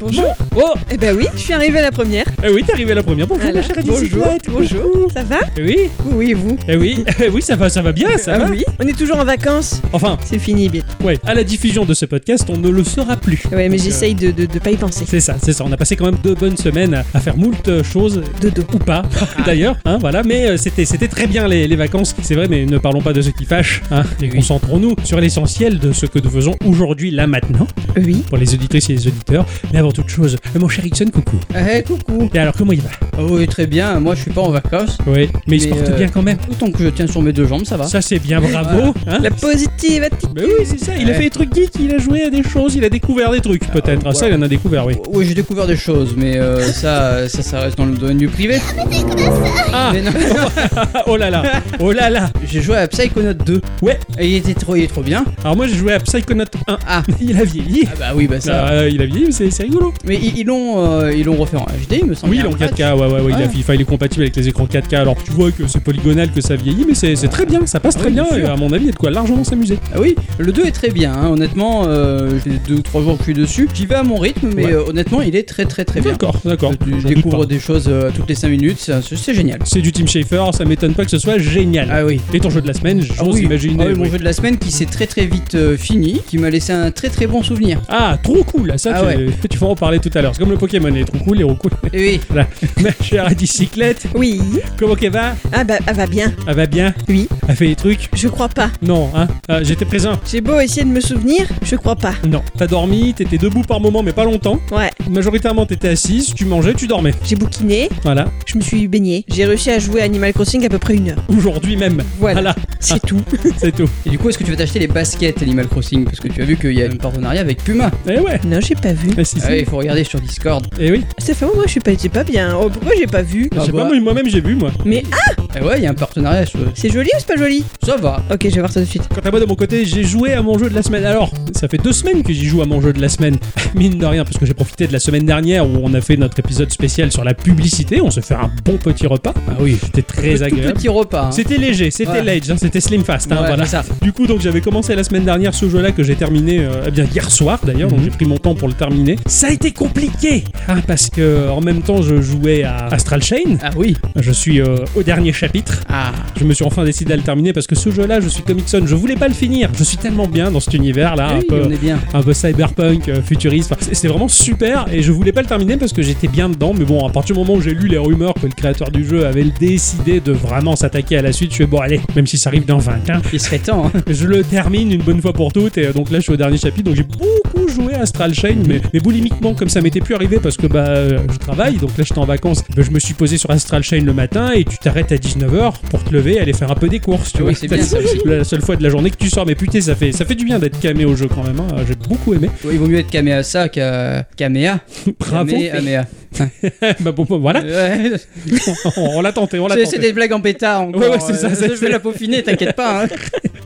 Bonjour. Oh, Eh ben oui, je suis arrivée la première. eh oui, t'es arrivé la première. Bonjour, Voilà. ma chère Alice Bonjour. Ciclette. Bonjour. Ça va Eh oui, Oui, et vous eh oui, eh oui, ça va, ça va bien, ça Ah va. oui. On est toujours en vacances. Enfin, C'est fini, bien. ouais, à la diffusion de ce podcast, on ne le sera plus. Ouais, mais Donc, euh, j'essaye de, de, de pas y penser. C'est ça, c'est ça. On a passé quand même deux bonnes semaines à, à faire moult euh, choses, Dodo. ou pas, Ah. d'ailleurs, hein, voilà. Mais euh, c'était, c'était très bien les, les vacances, c'est vrai. Mais ne parlons pas de ce qui fâche. Hein, Eh et concentrons-nous sur l'essentiel de ce que nous faisons aujourd'hui, là, maintenant, Oui. pour les auditrices et les auditeurs. Mais avant toute chose, euh, mon cher Ixon, coucou. Eh coucou Et alors, comment il va Ah Oui très bien, moi je suis pas en vacances. Oui, mais il se Mais, porte euh, ah. bien quand même. Tant que je tiens sur mes deux jambes, ça va. Ça, c'est bien, bravo. hein. La positive attitude. Mais oui, c'est ça, il a Ouais. fait des trucs geeks, il a joué à des choses, il a découvert des trucs peut-être. Ah, Ça, il en a découvert, oui. Oui, j'ai découvert des choses, mais euh, ça, ça, ça reste dans le domaine du privé. Ah, Mais non, ah, oh là là, oh là là. j'ai joué à Psychonaut 2. Ouais. Et il était trop, il est trop bien. Alors moi, j'ai joué à Psychonaut 1. Ah. Il a vieilli. Ah bah oui, bah ça. Ah, euh, il a vieilli, c'est c'est rigolo. Mais ils ils l'ont, euh, ils l'ont refait en HD, il me semble. Ah Oui, il est en 4K, ouais, ouais, ouais, il, a, Ouais. FIFA, il est compatible avec les écrans 4K. Alors tu vois que c'est polygonal, que ça vieillit, mais c'est c'est très bien, ça passe très Ouais, bien. Ah bien et sûr. à mon avis, il y a de quoi largement s'amuser. Ah oui, le 2 est très bien, hein, honnêtement. Euh, j'ai deux ou trois jours que je suis dessus. J'y vais à mon rythme, mais Ouais. euh, honnêtement, il est très, très, très bien. D'accord, d'accord. Je J'en doute découvre pas. des choses euh, toutes les 5 minutes, ça- c'est c'est génial. C'est du Team Schaefer, ça m'étonne pas que ce soit génial. Ah oui. Et ton jeu de la semaine, j'ose Ah oui, imaginer. ah oui, mon oui. jeu de la semaine qui s'est très très vite euh, fini, qui m'a laissé un très très bon souvenir. Ah, trop cool, ça Ah tu, tu vas en parler tout à l'heure. C'est comme le Pokémon, il est trop cool, il est trop cool. Et Eh oui, Ma chère bicyclette, Oui. comment qu'elle va Ah bah, ah bah bien. Elle va bien Oui. Elle fait des trucs Je crois pas. Non, hein Ah, J'étais présent J'ai beau essayer de me souvenir, je crois pas. Non. T'as dormi, t'étais debout par moment, mais pas longtemps. Ouais. Majoritairement, t'étais assise, tu mangeais, tu dormais. J'ai bouquiné. Voilà. Je me suis baignée. J'ai réussi à jouer à Animal Crossing à peu près une heure. Aujourd'hui même. Voilà. C'est tout. c'est tout. et du coup, est-ce que tu vas t'acheter les baskets Animal Crossing Parce que tu as vu qu'il y a un partenariat avec Puma. Eh ouais. Non, j'ai pas vu. Eh si, si. Ah oui, il faut regarder sur Discord. Eh oui. Ça fait moi, je suis pas, c'est pas bien. Oh, pourquoi j'ai pas vu Ah Je sais bah. pas, moi- moi-même j'ai vu, moi. Mais ah, Ah ouais, il y a un partenariat. je- c'est joli ou c'est pas joli Ça va. Ok, je vais voir ça tout de suite. Quant à moi, de mon côté, j'ai joué à mon jeu de la semaine. Alors, ça fait deux semaines que j'y joue à mon jeu de la semaine. Mine de rien, parce que j'ai profité de la semaine dernière où on a fait notre épisode spécial sur la publicité. On se fait un bon petit repas. Ah oui. C'était très Tout agréable. petit repas. hein. C'était léger, c'était Ouais. l'edge, hein, c'était slim fast. hein, Ouais, voilà. c'est ça. Du coup, donc j'avais commencé la semaine dernière ce jeu-là que j'ai terminé euh, eh bien hier soir d'ailleurs, donc Mhm. j'ai pris mon temps pour le terminer. Ça a été compliqué hein, parce que euh, en même temps je jouais à Astral Chain. Ah oui. Je suis euh, au dernier chapitre. Ah. Je me suis enfin décidé à le terminer parce que ce jeu-là, je suis comme Ixon, je voulais pas le finir. Je suis tellement bien dans cet univers-là, Ah un oui, peu on est bien. un peu cyberpunk, euh, futuriste. Enfin, c'est- c'est vraiment super et je voulais pas le terminer parce que j'étais bien dedans. Mais bon, à partir du moment où j'ai lu les rumeurs que le créateur du jeu avait décidé de vraiment s'attaquer à la suite, je fais bon, allez, même si ça arrive dans 20, hein, Il serait temps. hein. je le termine une bonne fois pour toutes. Et euh, donc là, je suis au dernier chapitre. Donc j'ai beaucoup joué à Astral Chain, mais, mais boulimiquement, comme ça m'était plus arrivé parce que bah, euh, je travaille. Donc là, j'étais en vacances. Ben, je me suis posé sur Astral Chain le matin et tu t'arrêtes à 19h pour te lever et aller faire un peu des courses. Tu Ah vois, oui, c'est bien ça aussi. la seule fois de la journée que tu sors. Mais putain, ça fait, ça fait du bien d'être camé au jeu quand même. hein. J'ai beaucoup aimé. Ouais, il vaut mieux être Kamea ça qu'à Kamea. Bravo. Kamea. Bah, bon, bon, voilà, Ouais. on, on l'a tenté, on l'a Euh, C'est c'est tenté. des blagues en pétard encore. Ouais, ouais, c'est ça, Euh, c'est- Je vais la peaufiner, t'inquiète pas. hein.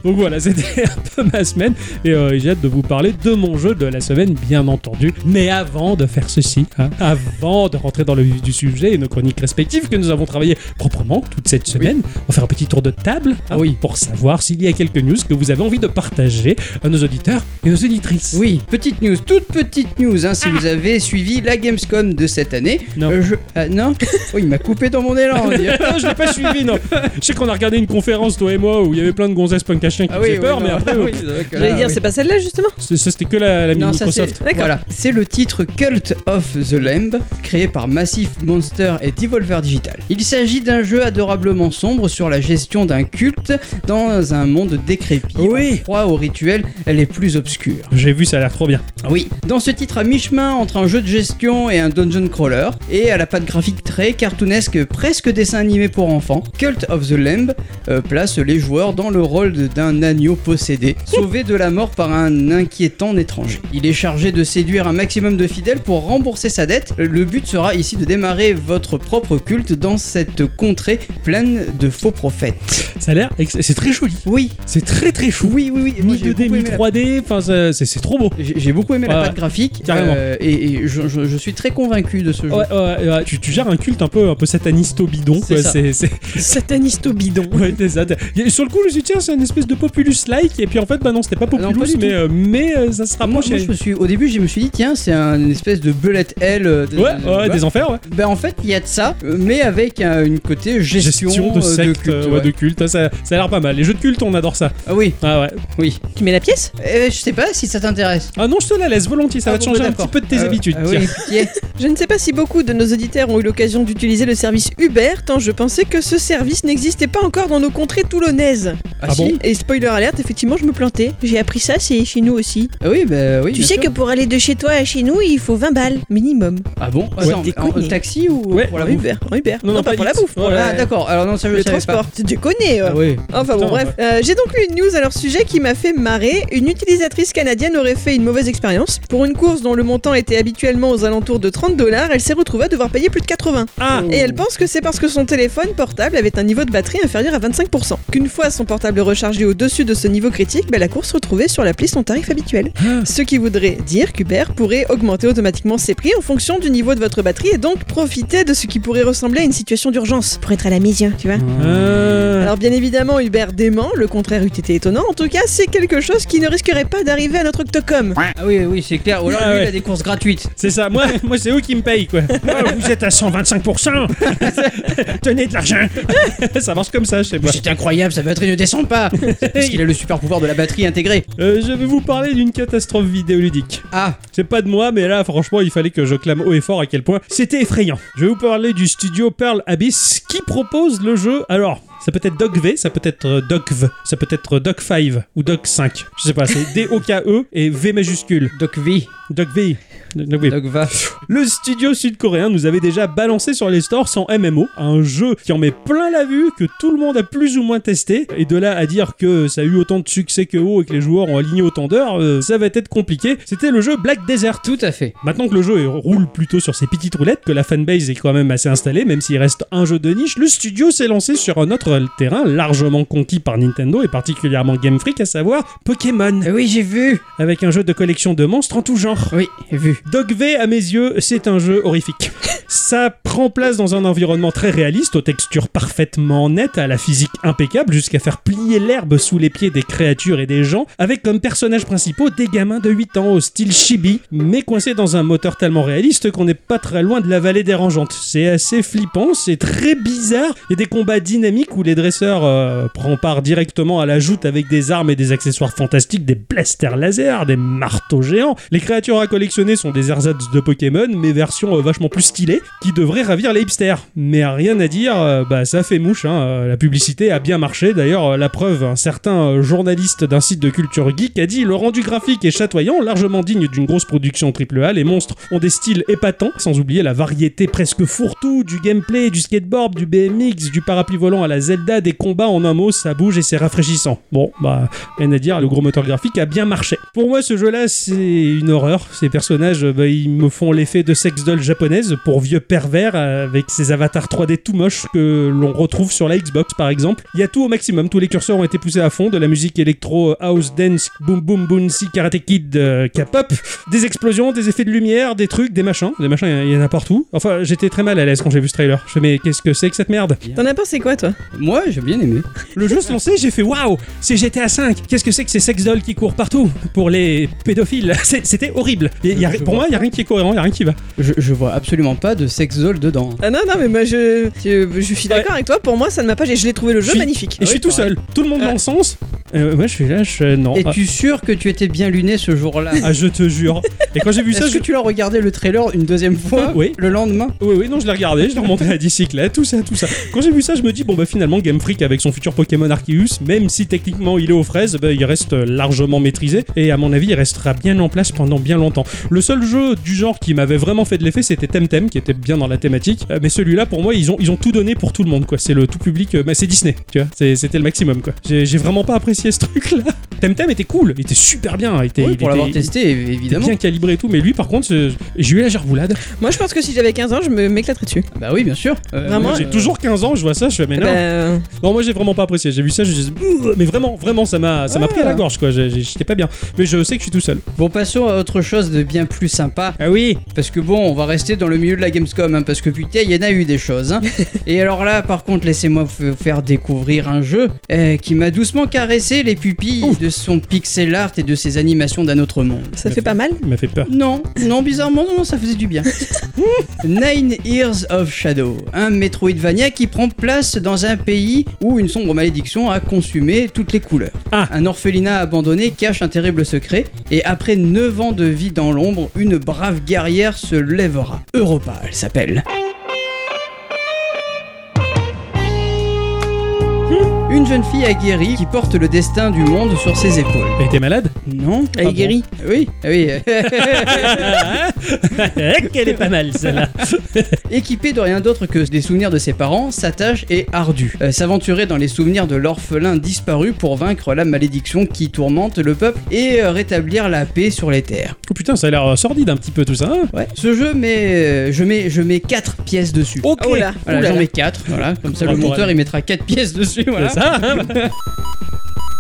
Donc voilà, c'était un peu ma semaine et euh, j'ai hâte de vous parler de mon jeu de la semaine, bien entendu. Mais avant de faire ceci, hein, avant de rentrer dans le vif du sujet et nos chroniques respectives que nous avons travaillées proprement toute cette semaine, on va faire un petit tour de table hein, Oui. pour savoir s'il y a quelques news que vous avez envie de partager à nos auditeurs et nos auditrices. Oui, petite news, toute petite news, hein, si vous avez suivi la Gamescom de cette année. Non. Euh, je- ah, non Oh, il m'a coupé dans mon élan. on dirait. Ah, je l'ai pas suivi, non. Je sais qu'on a regardé une conférence, toi et moi, où il y avait plein de gonzesses punk à chien qui Ah oui, faisaient oui, peur, non. mais après, Ah euh, oui, c'est vrai que J'allais là, dire, oui. c'est pas celle-là justement c'est- ça, c'était que la, la Non, ça, c'est- Microsoft. D'accord. Voilà, c'est le titre Cult of the Lamb, créé par Massif Monster et Devolver Digital. Il s'agit d'un jeu adorablement sombre sur la gestion d'un culte dans un monde décrépit, Oui. en proie aux rituels les plus obscurs. J'ai vu, ça a l'air trop bien. Oui, dans ce titre à mi-chemin entre un jeu de gestion et un dungeon crawler, et à la patte graphique très cartoonesque, presque dessin animé pour enfants, Cult of the Lamb euh, place les joueurs dans le rôle de- d'un agneau possédé, sauvé de la mort par un inquiétant étranger. Il est chargé de séduire un maximum de fidèles pour rembourser sa dette. Le but sera ici de démarrer votre propre culte dans cette contrée pleine de faux prophètes. Ça a l'air. ex- C'est très joli. Oui, C'est très très chou. oui, oui, oui. moi, Mi j'ai 2D, beaucoup mi aimé la 3D. Enfin, ça- c'est c'est trop beau. J'ai j'ai beaucoup aimé la Ouais, patte graphique carrément. euh, et, et je, je- je suis très convaincu de ce jeu. Ouais, ouais, ouais, tu, tu gères un culte un peu, un peu satanisto bidon. C'est quoi, ça. C'est c'est- Satanisto bidon. ouais, c'est ça. Et Sur le coup, je me suis dit, tiens, c'est une espèce de de Populus Like, et puis en fait, bah non, c'était pas non, Populus, pas du mais, tout. euh, mais euh, ça se Moi, rapproche. moi, je me suis, au début, je me suis dit, tiens, c'est un une espèce de bullet L. euh, de- Ouais, de- ouais, de- des enfers, ouais. Ben en fait, il y a de ça, euh, mais avec un une côté gestion, de euh, secte, culte, euh, ouais, ouais. de culte. Ça, ça a l'air pas mal. Les jeux de culte, on adore ça. Ah oui, Ah ouais. oui. Tu mets la pièce Euh, je sais pas si ça t'intéresse. Ah non, je te la laisse volontiers. Ça Ah va te bon, changer un d'accord. petit peu de tes Ah, habitudes. ah tiens. oui, pitié. Je ne sais pas si beaucoup de nos auditeurs ont eu l'occasion d'utiliser le service Uber, tant je pensais que ce service n'existait pas encore dans nos contrées toulonnaises. Ah, Ah si bon Et spoiler alerte, effectivement, je me plantais. J'ai appris ça, c'est chez nous aussi. Ah oui, bah oui. tu bien sais sûr. que pour aller de chez toi à chez nous, il faut 20 balles minimum. Ah bon Ouais. Attends, T'es en- en connu. taxi ou Ouais. pour la En bouffe Uber, en Uber. Non, non, pas pour la Eats. bouffe. pour Ouais. la- Ah d'accord, alors non, ça je Le savais transport, tu déconnes. pas. euh. Ah oui. Enfin bon, Putain, bref. Euh, J'ai donc lu une news à leur sujet qui m'a fait marrer. Une utilisatrice canadienne aurait fait une mauvaise expérience. Pour une course dont le montant était habituellement aux alentours de 30 dollars, elle s'est retrouvée à devoir payer plus de 80. Ah Et elle pense que c'est parce que son téléphone portable avait un niveau de batterie inférieur à 25%. Qu'une fois son portable rechargé au-dessus de ce niveau critique, bah, la course retrouvait sur l'appli son tarif habituel. Ce qui voudrait dire qu'Uber pourrait augmenter automatiquement ses prix en fonction du niveau de votre batterie et donc profiter de ce qui pourrait ressembler à une situation d'urgence. Pour être à la mise, tu vois. Ah. Alors bien évidemment, Hubert dément, le contraire eût été étonnant. En tout cas, c'est quelque chose qui ne risquerait pas d'arriver à notre Octocom. Ah oui, oui, c'est clair. Ou alors Ah lui, il ouais. a des courses gratuites. C'est ça, moi, moi c'est eux qui me payent quoi. Ah, vous êtes à 125%. Tenez de l'argent. ça marche comme ça, je sais pas. C'est incroyable, sa batterie ne descend pas. C'est Parce qu'il a le super pouvoir de la batterie intégrée. Euh, je vais vous parler d'une catastrophe vidéoludique. Ah, C'est pas de moi, mais là, franchement, il fallait que je clame haut et fort à quel point c'était effrayant. Je vais vous parler du studio Pearl Abyss qui propose le jeu. Alors, ça peut être Dog V, ça peut être euh, Doc V, ça peut être euh, Doc 5 ou Doc 5. Je sais pas, c'est D-O-K-E E et V majuscule. Doc V, Doc V. Doc V. Doc va. Le studio sud-coréen nous avait déjà balancé sur les stores sans MMO, un jeu qui en met plein la vue, que tout le monde a plus ou moins testé, et de là à dire que ça a eu autant de succès que haut et que les joueurs ont aligné autant d'heures, euh, ça va être compliqué. C'était le jeu Black Desert. Tout à fait. Maintenant que le jeu roule plutôt sur ses petites roulettes, que la fanbase est quand même assez installée, même s'il reste un jeu de niche, le studio s'est lancé sur un autre terrain largement conquis par Nintendo et particulièrement Game Freak, à savoir Pokémon, Ah oui, j'ai vu. avec un jeu de collection de monstres en tout genre. Oui, j'ai vu. Dog V, à mes yeux, c'est un jeu horrifique. Ça prend place dans un environnement très réaliste, aux textures parfaitement nettes, à la physique impeccable, jusqu'à faire plier l'herbe sous les pieds des créatures et des gens, avec comme personnages principaux des gamins de 8 ans au style chibi, mais coincés dans un moteur tellement réaliste qu'on n'est pas très loin de la vallée dérangeante. C'est assez flippant, c'est très bizarre, il y a des combats dynamiques où les dresseurs euh, prennent part directement à la joute avec des armes et des accessoires fantastiques, des blasters laser, des marteaux géants. Les créatures à collectionner sont des ersatz de Pokémon, mais version euh, vachement plus stylée, qui devrait ravir les hipsters. Mais à rien à dire, euh, bah ça fait mouche. hein. Euh, la publicité a bien marché. D'ailleurs, euh, la preuve, un certain euh, journaliste d'un site de culture geek a dit le rendu graphique est chatoyant, largement digne d'une grosse production AAA. Les monstres ont des styles épatants, sans oublier la variété presque fourre-tout du gameplay, du skateboard, du BMX, du parapluie volant à la Zelda, des combats en un mot, ça bouge et c'est rafraîchissant. Bon, bah rien à dire, le gros moteur graphique a bien marché. Pour moi, ce jeu-là, c'est une horreur. Ces personnages, euh, bah, ils me font l'effet de sex doll japonaise pour vieux pervers euh, avec ces avatars 3D tout moches que l'on retrouve sur la Xbox, par exemple. Il y a tout au maximum. Tous les curseurs ont été poussés à fond. De la musique électro, euh, house, dance, boom boom bouncy, karate kid, euh, K-pop. Des explosions, des effets de lumière, des trucs, des machins. Des machins, il y en a- il y en a partout. Enfin, j'étais très mal à l'aise quand j'ai vu ce trailer. Je me mais qu'est-ce que c'est que cette merde T'en as pensé quoi, toi Moi, j'ai bien aimé. le jeu se lançait, j'ai fait waouh, c'est GTA 5. Qu'est-ce que c'est que ces sex dolls qui courent partout pour les pédophiles C'est- C'était horrible. Et il y a- Je pour vois. moi, il y a rien qui est cohérent, il y a rien qui va. Je, je vois absolument pas de sexol dedans. Ah non, non, mais moi je, je, je suis d'accord avec toi. Pour moi, ça ne m'a pas. Je l'ai trouvé le Je jeu suis- magnifique. Et je suis tout seul. Tout le monde Ah. dans le sens. Euh, moi, je suis là, je non. Ah, Es-tu sûr que tu étais bien luné ce jour-là ah, je te jure. Et quand j'ai vu ça, Est-ce je... que tu l'as regardé le trailer une deuxième fois Oui. le lendemain Oui, oui, non, je l'ai regardé, je l'ai remonté à la bicyclette, tout ça, tout ça. Quand j'ai vu ça, je me dis, bon, bah finalement, Game Freak avec son futur Pokémon Arceus, même si techniquement il est aux fraises, bah, il reste largement maîtrisé, et à mon avis, il restera bien en place pendant bien longtemps. Le seul jeu du genre qui m'avait vraiment fait de l'effet, c'était Temtem, qui était bien dans la thématique, euh, mais celui-là, pour moi, ils ont, ils ont tout donné pour tout le monde, quoi. C'est le tout public, euh, bah, c'est Disney, tu vois, C'est- c'était le maximum, quoi. J'ai j'ai vraiment pas apprécié ce truc-là. Temtem était cool, il était super bien, il était. Oui, il pour l'avoir était- testé, il était évidemment. bien calibré et tout, mais lui, par contre, euh, j'ai eu la gerboulade. Moi, je pense que si j'avais 15 ans, je me- m'éclaterais dessus. Bah oui, bien sûr. Euh, Vraiment, moi, J'ai toujours 15 ans, je vois ça, je fais mais non. Bah, Non, moi j'ai vraiment pas apprécié. J'ai vu ça, je dis Ouh mais vraiment, vraiment, ça m'a, ça m'a pris à la gorge quoi. J'ai- j'ai- J'étais pas bien. Mais je sais que je suis tout seul. Bon, passons à autre chose de bien plus sympa. Ah oui. Parce que bon, on va rester dans le milieu de la Gamescom, hein, parce que putain, il y en a eu des choses. hein. Et alors là, par contre, laissez-moi vous faire découvrir un jeu euh, qui m'a doucement caressé baisser les pupilles Ouf. de son pixel art et de ses animations d'un autre monde. Ça fait pas mal Il m'a fait peur. Non, non, bizarrement, non, ça faisait du bien. Nine Years of Shadow, un Metroidvania qui prend place dans un pays où une sombre malédiction a consumé toutes les couleurs. Ah. Un orphelinat abandonné cache un terrible secret, et après 9 ans de vie dans l'ombre, une brave guerrière se lèvera. Europa, elle s'appelle. Hmm. Une jeune fille aguerrie qui porte le destin du monde sur ses épaules. Elle était malade Non Elle Ah est bon. guérie. Oui, oui. Elle est pas mal celle-là. Équipée de rien d'autre que des souvenirs de ses parents, sa tâche est ardue. Euh, S'aventurer dans les souvenirs de l'orphelin disparu pour vaincre la malédiction qui tourmente le peuple et euh, rétablir la paix sur les terres. Oh putain, ça a l'air euh, sordide un petit peu tout ça. hein Ouais. Ce jeu met, euh, je mets, je mets 4 pièces dessus. ok. Oh là, Voilà, oh là j'en là. mets 4, voilà, comme ça Ah, le pour monteur elle. il mettra 4 pièces dessus, voilà. C'est ça. hein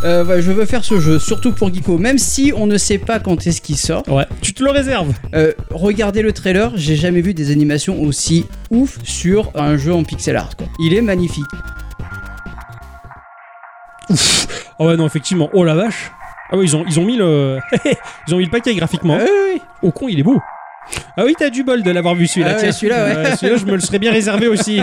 Euh, ouais, je veux faire ce jeu, surtout pour Geeko, même si on ne sait pas quand est-ce qu'il sort. ouais. Tu te le réserves. Euh, regardez le trailer, j'ai jamais vu des animations aussi ouf sur un jeu en pixel art. quoi. Il est magnifique. Oh ouais non effectivement. Oh la vache. Ah oui ils ont ils ont mis le ils ont mis le paquet graphiquement. Ah oui, oui. Au con il est beau. Ah oui t'as du bol de l'avoir vu celui-là. Ah ouais, tiens. Euh, celui-là, ouais. celui-là je me le serais bien réservé aussi.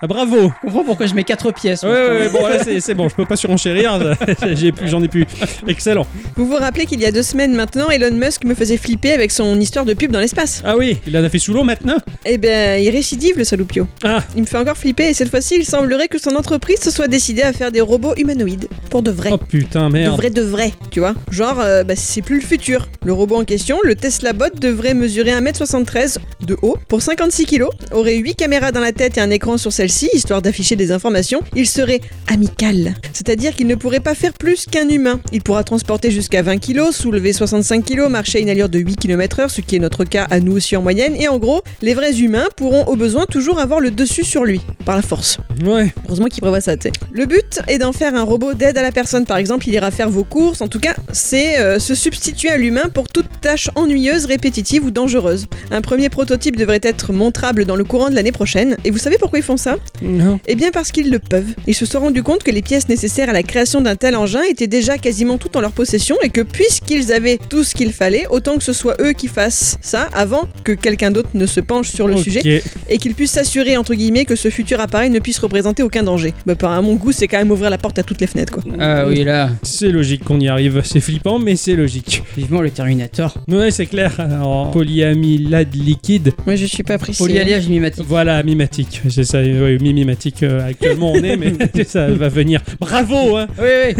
Ah, bravo. Je comprends pourquoi je mets 4 pièces. Ouais, ouais, ouais, bon, là, c'est c'est bon, je peux pas surenchérir, hein, j'ai plus, j'en ai plus. Excellent. Vous vous rappelez qu'il y a deux semaines maintenant, Elon Musk me faisait flipper avec son histoire de pub dans l'espace. Ah oui, il en a fait sous l'eau maintenant Eh ben, il récidive le saloupio. Ah. Il me fait encore flipper et cette fois-ci, il semblerait que son entreprise se soit décidée à faire des robots humanoïdes. Pour de vrai. Oh putain, De merde. vrai de vrai, tu vois. Genre, euh, bah, c'est plus le futur. Le robot en question, le Tesla Bot, devrait mesurer 1m73 de haut pour 56 kg, aurait 8 caméras dans la tête et un écran sur celle-ci, histoire d'afficher des informations. Il serait amical. C'est-à-dire qu'il ne pourrait pas faire plus qu'un humain. Il pourra transporter jusqu'à 20 kg, soulever 65 kg, marcher à une allure de 8 km/h, ce qui est notre cas à nous aussi en moyenne. Et en gros, les vrais humains pourront au besoin toujours avoir le dessus sur lui, par la force. Ouais. Heureusement qu'il prévoit ça, tu sais. Le but est d'en faire un robot d'aide à la personne. Par exemple, il ira faire vos courses. En tout cas, c'est euh, se substituer à l'humain pour toute tâche ennuyeuse, répétitive ou dangereuse. Un premier prototype devrait être montrable dans le courant de l'année prochaine. Et vous savez pourquoi ils font ça Non. Eh bien parce qu'ils le peuvent. Ils se sont rendus compte que les pièces nécessaires à la création d'un tel engin étaient déjà quasiment toutes en leur possession et que puisqu'ils avaient tout ce qu'il fallait, autant que ce soit eux qui fassent ça avant que quelqu'un d'autre ne se penche sur le Ok. sujet et qu'il puisse s'assurer entre guillemets que ce futur appareil ne puisse représenter aucun danger. Bah, par- à mon goût, c'est quand même ouvrir la porte à toutes les fenêtres quoi. Ah oui, là, C'est logique qu'on y arrive, c'est flippant, mais c'est logique. vivement le Terminator. Ouais, c'est clair. Alors, polyamylade liquide. Moi, je suis pas appréciée. Polyalliage mimatique. Voilà, mimatique. C'est ça, ouais, mimatique. euh, actuellement, on est, mais ça va venir. Bravo, hein Oui,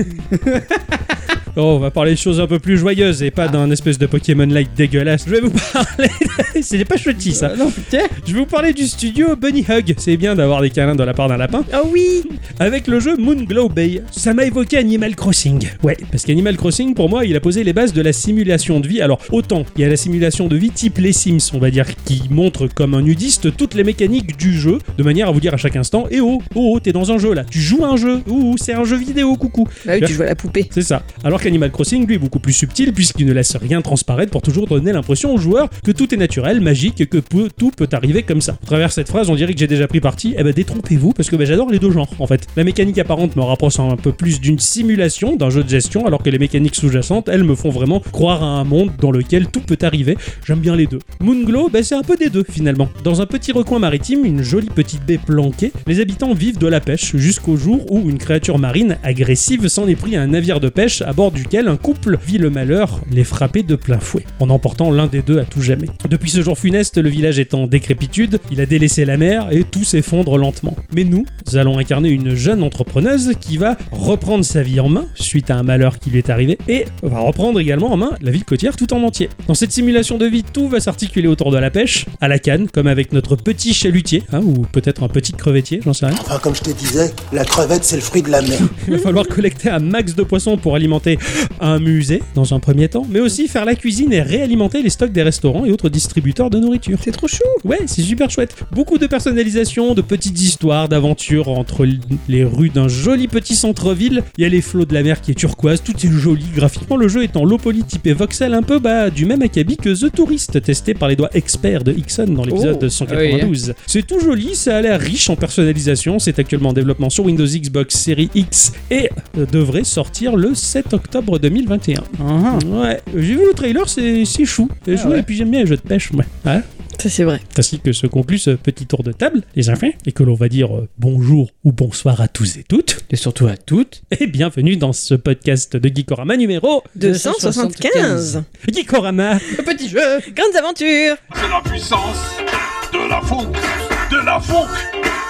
oui. Oh, on va parler de choses un peu plus joyeuses et pas d'un espèce de Pokémon-like dégueulasse. Je vais vous parler. de- C'est pas chouetti, ça. Ah non, putain. Je vais vous parler du studio Bunny Hug. C'est bien d'avoir des câlins de la part d'un lapin. Oh oui avec le jeu Moonglow Bay. Ça m'a évoqué Animal Crossing. Ouais, parce qu'Animal Crossing, pour moi, il a posé les bases de la simulation de vie. Alors, autant, il y a la simulation de vie type Les Sims, on va dire, qui montre comme un nudiste toutes les mécaniques du jeu, de manière à vous dire à chaque instant, eh oh, oh, oh, t'es dans un jeu là, tu joues à un jeu, ouh, ouh, c'est un jeu vidéo, coucou. Bah oui, tu joues à la poupée. C'est ça. Alors qu'Animal Crossing, lui, est beaucoup plus subtil puisqu'il ne laisse rien transparaître pour toujours donner l'impression au joueur que tout est naturel, magique, et que peu- tout peut arriver comme ça. À travers cette phrase, on dirait que j'ai déjà pris parti. Eh ben, détrompez-vous parce que ben, j'adore les deux genres en fait. La mécanique apparente me rapproche un peu plus d'une simulation, d'un jeu de gestion, alors que les mécaniques sous-jacentes, elles me font vraiment croire à un monde dans lequel tout peut arriver. J'aime bien les deux. Moonglow, ben, c'est un peu des deux finalement. Dans un petit recoin maritime, une jolie petite baie planquée, les habitants vivent de la pêche jusqu'au jour où une créature marine agressive s'en est pris à un navire de pêche à bord duquel un couple vit le malheur, les frapper de plein fouet, en emportant l'un des deux à tout jamais. Depuis ce jour funeste, le village est en décrépitude, il a délaissé la mer et tout s'effondre lentement. Mais nous, nous allons incarner une jeune entrepreneuse qui va reprendre sa vie en main suite à un malheur qui lui est arrivé et va reprendre également en main la vie côtière tout en entier. Dans cette simulation de vie, tout va s'articuler autour de la pêche, à la canne, comme avec notre petit chalutier, hein, ou peut-être un petit crevettier, j'en Ah, sais rien. Enfin, comme je te disais, la crevette, c'est le fruit de la mer. Il va falloir collecter un max de poissons pour alimenter un musée dans un premier temps, mais aussi faire la cuisine et réalimenter les stocks des restaurants et autres distributeurs de nourriture. C'est trop chou. Ouais, c'est super chouette. Beaucoup de personnalisation, de petites histoires, d'aventures entre l- les rues d'un joli petit centre-ville. Il y a les flots de la mer qui est turquoise, tout est joli graphiquement. Le jeu est en low poly typé voxel, un peu bah, du même acabit que The Tourist, testé par les doigts experts de Hickson dans l'épisode Oh, 192. C'est tout joli, ça a l'air riche en personnalisation. C'est actuellement en développement sur Windows Xbox Series X et euh, devrait sortir le 7 octobre 2021. Ah, ah. Ouais, j'ai vu le trailer, c'est c'est chou. C'est Ah chou ouais. et puis j'aime bien les jeux de pêche. Ouais. Ouais. Ça, c'est vrai. Ainsi que se conclut ce euh, petit tour de table, les enfants, et que l'on va dire euh, bonjour ou bonsoir à tous et toutes, Et surtout à toutes. et bienvenue dans ce podcast de Geekorama numéro 275. Geekorama Le petit jeu Grandes aventures. C'est la puissance de la funk, de la funk.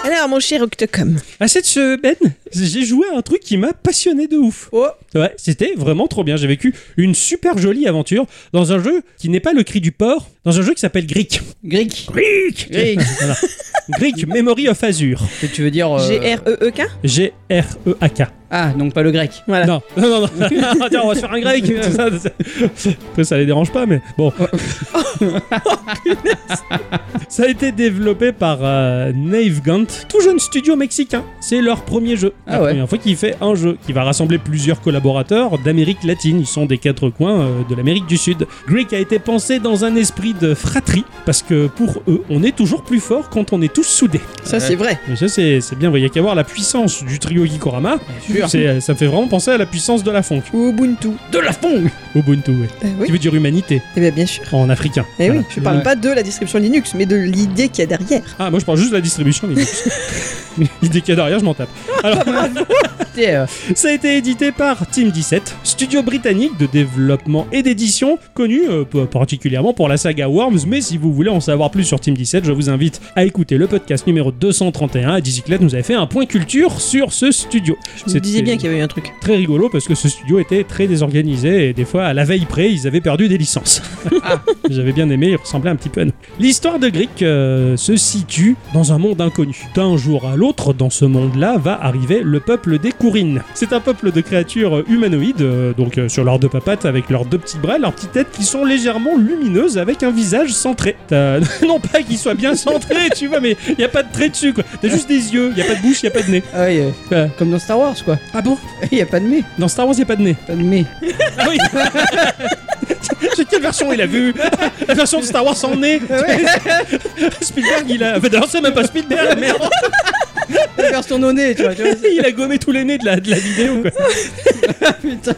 Alors, mon cher Octocom. À cette semaine, j'ai joué à un truc qui m'a passionné de ouf. Oh. Ouais, c'était vraiment trop bien. J'ai vécu une super jolie aventure dans un jeu qui n'est pas le cri du porc, dans un jeu qui s'appelle Greek. Greek. Greek Greek. Voilà. Greek Memory of Azure. E Et tu veux dire. euh, G-R-E-E-K G-R-E-A-k. Ah, donc pas le grec. Voilà. Non, non, non, non. Attends, on va se faire un grec. tout ça, tout ça. Après, ça les dérange pas, mais bon. Oh, ça a été développé par euh, Nave Gant, tout jeune studio mexicain. C'est leur premier jeu. La Ah ouais. première fois qu'il fait un jeu qui va rassembler plusieurs collaborateurs d'Amérique latine. Ils sont des quatre coins euh, de l'Amérique du Sud. Greek a été pensé dans un esprit de fratrie parce que pour eux, on est toujours plus fort quand on est tous soudés. Ça, c'est vrai. Mais ça, c'est c'est bien. Il y a qu'à voir la puissance du trio Gikorama. sûr. C'est- Ça me fait vraiment penser à la puissance de la funk. Ou Ubuntu. De la fong Ubuntu, ouais. Euh, oui. Qui veut dire humanité Eh bien, bien sûr. en africain. Eh Voilà. oui, je parle Ouais. pas de la description Linux, mais de l'idée qu'il y a derrière. Ah, moi je parle juste de la distribution Linux. L'idée qu'il y a derrière, je m'en tape. Ah, Alors, T'es, euh, ça a été édité par Team 17, studio britannique de développement et d'édition, connu euh, p- particulièrement pour la saga Worms. Mais si vous voulez en savoir plus sur Team 17, je vous invite à écouter le podcast numéro 231. À Dicyclette nous avait fait un point culture sur ce studio. Je me disais bien qu'il y avait eu un truc. très rigolo parce que ce studio était très désorganisé et des fois à la veille près ils avaient perdu des licences. J'avais bien aimé, il ressemblait un petit peu à nous. L'histoire de Grick euh, se situe dans un monde inconnu. D'un jour à l'autre, dans ce monde-là, va arriver le peuple des Kourines. C'est un peuple de créatures euh, humanoïdes, euh, donc euh, sur leurs deux papates avec leurs deux petits bras, leurs petites têtes qui sont légèrement lumineuses avec un visage centré. T'as- Non pas qu'ils soient bien centrés, tu vois, mais il y a pas de trait dessus quoi. T'as juste des yeux, il y a pas de bouche, il y a pas de nez. ah oui, euh, Euh, comme dans Star Wars, quoi. ah bon Il y a pas de mais. Dans Star Wars, il y a pas de nez. Pas de mais. Ah oui C'est quelle version il a vu La version de Star Wars en est Spielberg il a. Enfin, d'ailleurs, c'est même pas Spielberg, merde La version nonnée, tu vois. tu vois, c'est- Il a gommé tous les nez de la, de la vidéo quoi. Putain.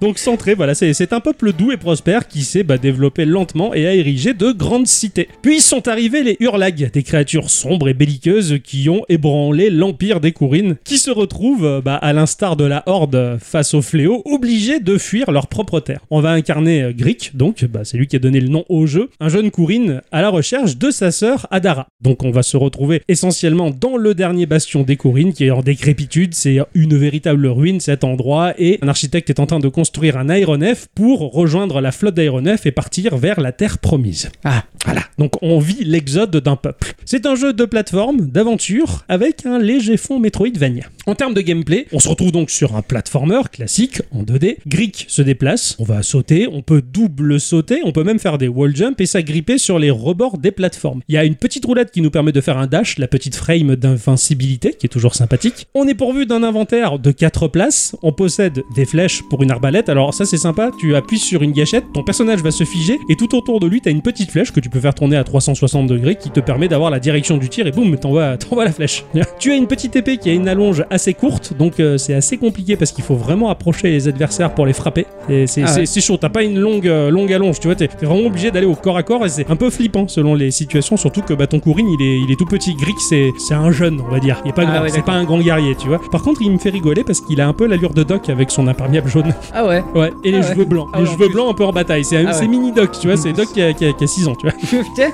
Donc centré, voilà, c'est c'est un peuple doux et prospère qui s'est bah, développé lentement et a érigé de grandes cités. Puis sont arrivés les Hurlags, des créatures sombres et belliqueuses qui ont ébranlé l'empire des Kourines, qui se retrouvent, euh, bah, à l'instar de la Horde euh, face au fléau, obligés de fuir leur propre terre. On va incarner euh, Grick, donc bah, c'est lui qui a donné le nom au jeu, un jeune Kourine à la recherche de sa sœur Adara. Donc on va se retrouver essentiellement dans le dernier bastion des Kourines qui est en décrépitude, c'est une véritable ruine cet endroit et un architecte est en train de construire un aéronef pour rejoindre la flotte d'aéronefs et partir vers la terre promise. Ah, Voilà, donc on vit l'exode d'un peuple. C'est un jeu de plateforme, d'aventure, avec un léger fond Metroidvania. En termes de gameplay, on se retrouve donc sur un platformer classique en 2D. Grick se déplace, on va sauter, on peut double sauter, on peut même faire des wall jumps et s'agripper sur les rebords des plateformes. Il y a une petite roulette qui nous permet de faire un dash, la petite frame d'invincibilité qui est toujours sympathique. On est pourvu d'un inventaire de 4 places, on possède des flèches pour une arbalète. Alors ça c'est sympa, tu appuies sur une gâchette, ton personnage va se figer et tout autour de lui t'as une petite flèche que tu peux faire tourner à 360 degrés qui te permet d'avoir la direction du tir et boum, t'envoies t'envoies la flèche. tu as une petite épée qui a une allonge assez courte, donc euh, c'est assez compliqué parce qu'il faut vraiment approcher les adversaires pour les frapper. Et C'est Ah c'est- ouais. c'est chaud, t'as pas une longue, euh, longue allonge, tu vois, t'es t'es vraiment obligé d'aller au corps à corps et c'est un peu flippant selon les situations, surtout que bah, ton Courine il est, il est tout petit, Grick c'est c'est un jeune on va dire, il est pas Ah grand, ouais, c'est pas un grand guerrier, tu vois. Par contre il me fait rigoler parce qu'il a un peu l'allure de Doc avec son imperméable jaune. ah ouais. Ouais, et les Ah ouais. cheveux blancs. Ah les ouais, en cheveux plus. blancs un peu en bataille. C'est Ah c'est ouais. Ah mini Doc, tu vois. C'est Doc qui a, 6 ans, tu vois. Putain.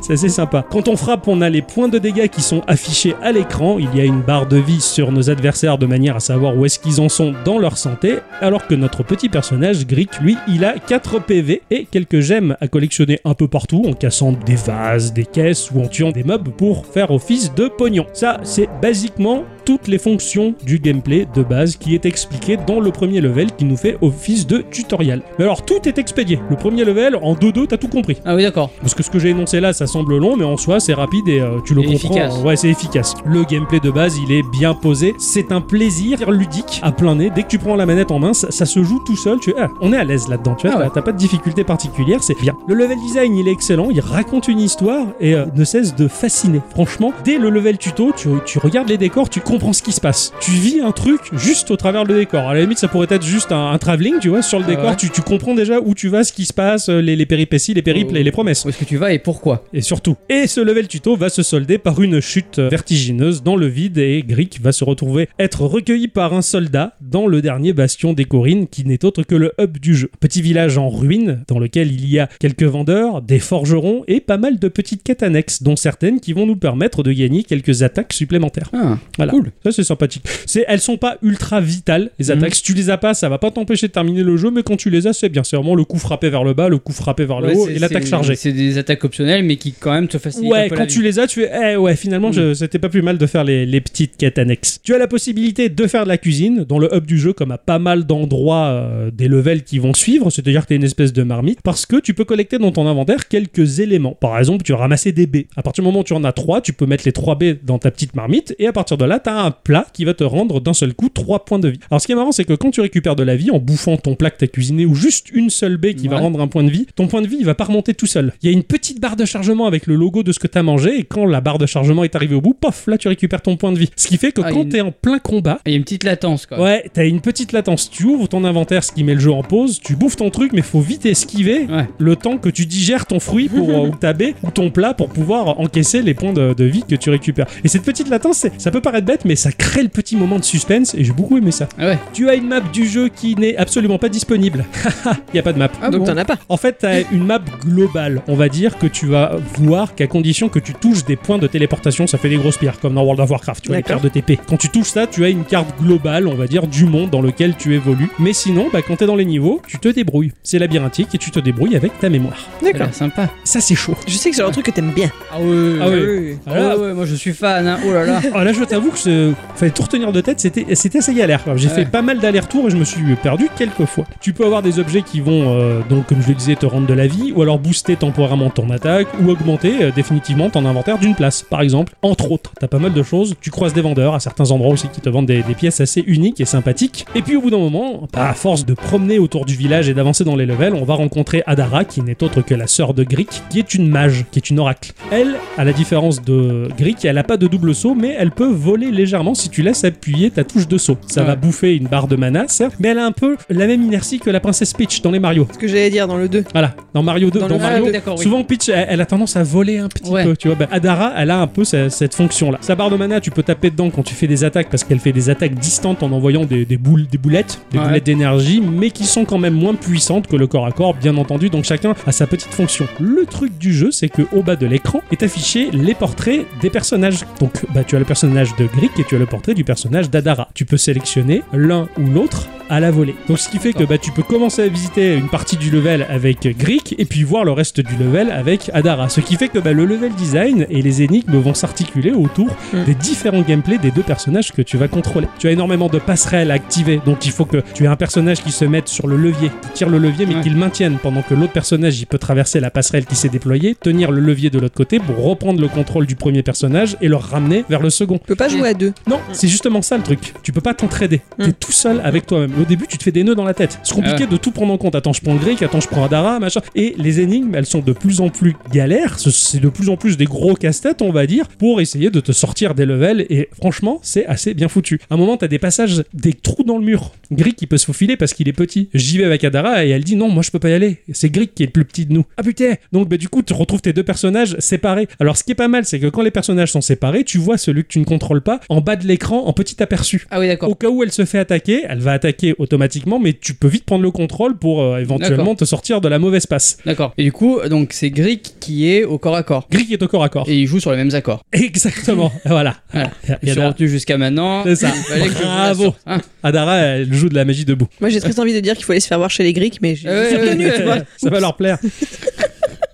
C'est assez sympa. Quand on frappe, on a les points de dégâts qui sont affichés à l'écran. Il y a une barre de vie sur nos adversaires de manière à savoir où est-ce qu'ils en sont dans leur santé. Alors que notre petit personnage, Grick, lui, il a 4 PV et quelques gemmes à collectionner un peu partout en cassant des vases, des caisses ou en tuant des mobs pour faire office de pognon. Ça, c'est basiquement toutes les fonctions du gameplay de base qui est expliqué dans le premier level qui nous fait office de tutoriel. Mais alors tout est expédié. Le premier level, en 2-2, t'as tout compris. Ah oui, d'accord. Parce que ce que j'ai énoncé là, ça semble long, mais en soi, c'est rapide et euh, tu le Et comprends. efficace. Ouais, c'est efficace. Le gameplay de base, il est bien posé. C'est un plaisir ludique à plein nez. Dès que tu prends la manette en main, ça, ça se joue tout seul. Tu, ah, on est à l'aise là-dedans. Tu vois, Ah t'as- ouais. t'as pas de difficulté particulière, c'est bien. Le level design, il est excellent. Il raconte une histoire et euh, ne cesse de fasciner. Franchement, dès le level tuto, tu, tu regardes les décors, tu comprends ce qui se passe. Tu vis un truc juste au travers le décor. À la limite, ça pourrait être juste un, un travelling, tu vois, sur le Ah décor. ouais. Tu, tu comprends déjà où tu vas, ce qui se passe, euh, les, les péripéties, les périples Oh. et les promesses Où est-ce que tu vas et pourquoi et surtout. Et ce level tuto va se solder par une chute vertigineuse dans le vide et Grick va se retrouver être recueilli par un soldat dans le dernier bastion des Corines qui n'est autre que le hub du jeu. Petit village en ruine dans lequel il y a quelques vendeurs, des forgerons et pas mal de petites quêtes annexes dont certaines qui vont nous permettre de gagner quelques attaques supplémentaires. Ah, Voilà. cool. Ça c'est sympathique. C'est elles sont pas ultra vitales les attaques. Mhm. Si tu les as pas, ça va pas t'empêcher de terminer le jeu mais quand tu les as, c'est bien. C'est vraiment le coup frappé vers le bas, le coup frappé vers le Ouais, haut c'est- et l'attaque c'est- chargée. C'est des attaques optionnelles, mais qui quand même te facilitent un Ouais, peu quand la tu vie. Mm. les as, tu es. Eh ouais, finalement, je- c'était pas plus mal de faire les, les petites quêtes annexes. Tu as la possibilité de faire de la cuisine dans le hub du jeu, comme à pas mal d'endroits euh, des levels qui vont suivre, c'est-à-dire que t'es une espèce de marmite, parce que tu peux collecter dans ton inventaire quelques éléments. Par exemple, tu vas ramasser des baies. À partir du moment où tu en as trois, tu peux mettre les trois baies dans ta petite marmite, et à partir de là, t'as un plat qui va te rendre d'un seul coup trois points de vie. Alors, ce qui est marrant, c'est que quand tu récupères de la vie en bouffant ton plat que t'as cuisiné, ou juste une seule baie qui va Ouais. rendre un point de vie, ton point de vie, il va pas remonter tout seul. Il y a une petite barre de chargement avec le logo de ce que t'as mangé, et quand la barre de chargement est arrivée au bout, pof, là tu récupères ton point de vie. Ce qui fait que Ah, quand il- t'es en plein combat, Il y a une petite latence, quoi. Ouais, t'as une petite latence. Tu ouvres ton inventaire, ce qui met le jeu en pause. Tu bouffes ton truc, mais faut vite esquiver Ouais. le temps que tu digères ton fruit pour, euh, ou ta baie ou ton plat pour pouvoir encaisser les points de, de vie que tu récupères. Et cette petite latence, c'est- ça peut paraître bête, mais ça crée le petit moment de suspense et j'ai beaucoup aimé ça. Ah ouais. Tu as une map du jeu qui n'est absolument pas disponible. Il y a pas de map. Ah Donc bon. t'en as pas. En fait, t'as une map globale, on va dire, que tu vas voir qu'à condition que tu touches des points de téléportation, ça fait des grosses pierres, comme dans World of Warcraft, tu vois, les pierres D'accord. de TP. Quand tu touches ça, tu as une carte globale, on va dire, du monde dans lequel tu évolues. Mais sinon, bah, quand t'es dans les niveaux, tu te débrouilles. C'est labyrinthique et tu te débrouilles avec ta mémoire. Ça a l'air D'accord. sympa. Ça, c'est chaud. Je sais que c'est un truc que t'aimes bien. Ah ouais. Ah ouais. Ah ouais, ouais, moi je suis fan, hein. oh là là. Ah, là, je t'avoue que ce- fallait tout retenir de tête, c'était c'était assez galère. quoi. J'ai Ouais. fait pas mal d'allers-retours et je me suis perdu quelques fois. Tu peux avoir des objets qui vont, euh, donc comme je le disais, te rendre de la vie, ou alors booster temporairement ton attaque, ou augmenter euh, définitivement ton inventaire d'une place, par exemple. Entre autres, t'as pas mal de choses. Tu croises des vendeurs à certains endroits aussi qui te vendent des, des pièces assez uniques et sympathiques. Et puis au bout d'un moment, bah, à force de promener autour du village et d'avancer dans les levels, on va rencontrer Adara, qui n'est autre que la sœur de Grick, qui est une mage, qui est une oracle. Elle, à la différence de Grick, elle a pas de double saut, mais elle peut voler légèrement si tu laisses appuyer ta touche de saut. Ça Ouais. va bouffer une barre de mana, certes, mais elle a un peu la même inertie que la princesse Peach dans les Mario. Ce que j'allais dire dans le 2. Voilà, dans Mario 2, Dans dans, le Ah, Mario oui, d'accord, oui. Souvent, Peach, elle, elle a tendance à voler un petit Ouais. peu, tu vois. Bah, Adara, elle a un peu ce- cette fonction-là. Sa barre de mana, tu peux taper dedans quand tu fais des attaques parce qu'elle fait des attaques distantes en envoyant des, des boules, des boulettes, des Ouais. boulettes d'énergie, mais qui sont quand même moins puissantes que le corps à corps, bien entendu. Donc chacun a sa petite fonction. Le truc du jeu, c'est que au bas de l'écran est affiché les portraits des personnages. Donc, bah, tu as le personnage de Grick et tu as le portrait du personnage d'Adara. Tu peux sélectionner l'un ou l'autre à la volée. Donc ce qui fait que bah, tu peux commencer à visiter une partie du level avec Grick et puis voir le reste du level avec Adara. Ce qui fait que bah, le level design et les énigmes vont s'articuler autour Mm. des différents gameplays des deux personnages que tu vas contrôler. Tu as énormément de passerelles à activer, donc il faut que tu aies un personnage qui se mette sur le levier, qui tire le levier mais Ouais. qui le maintienne pendant que l'autre personnage il peut traverser la passerelle qui s'est déployée, tenir le levier de l'autre côté pour reprendre le contrôle du premier personnage et le ramener vers le second. Tu peux pas jouer à deux. Non, c'est justement ça le truc. Tu peux pas t'entraider. Mm. T'es tout seul avec toi-même. Au début, tu te fais des nœuds dans la tête. C'est compliqué de tout prendre en compte. Attends, je prends Greg, attends, je prends Adara, machin. Et les énigmes, elles sont de plus en plus galères. Ce- C'est de plus en plus des gros casse-têtes, on va dire, pour essayer de te sortir des levels. Et franchement, c'est assez bien foutu. À un moment, t'as des passages, des trous dans le mur. Greg, il peut se faufiler parce qu'il est petit. J'y vais avec Adara et elle dit non, moi je peux pas y aller. C'est Greg qui est le plus petit de nous. Ah putain Donc, bah, du coup, tu retrouves tes deux personnages séparés. Alors, ce qui est pas mal, c'est que quand les personnages sont séparés, tu vois celui que tu ne contrôles pas en bas de l'écran en petit aperçu. Ah oui, d'accord. Au cas où elle se fait attaquer, elle va attaquer automatiquement, mais tu peux vite prendre le contrôle pour euh, éventuellement D'accord. te sortir de la mauvaise passe. D'accord. Et du coup, donc c'est Grick qui est au corps à corps. Grick est au corps à corps. Et il joue sur les mêmes accords. Exactement. voilà. Voilà. Il y Je a suis Adara. retenu jusqu'à maintenant. C'est ça. Ah Il fallait que je vous Bravo. la sorte, hein. Adara, elle joue de la magie debout. Ah Moi j'ai très envie de dire qu'il faut aller se faire voir chez les Grecs, mais j'ai Ouais, ouais, j'ai ouais, retenu, ouais. tu vois. Ça va leur plaire.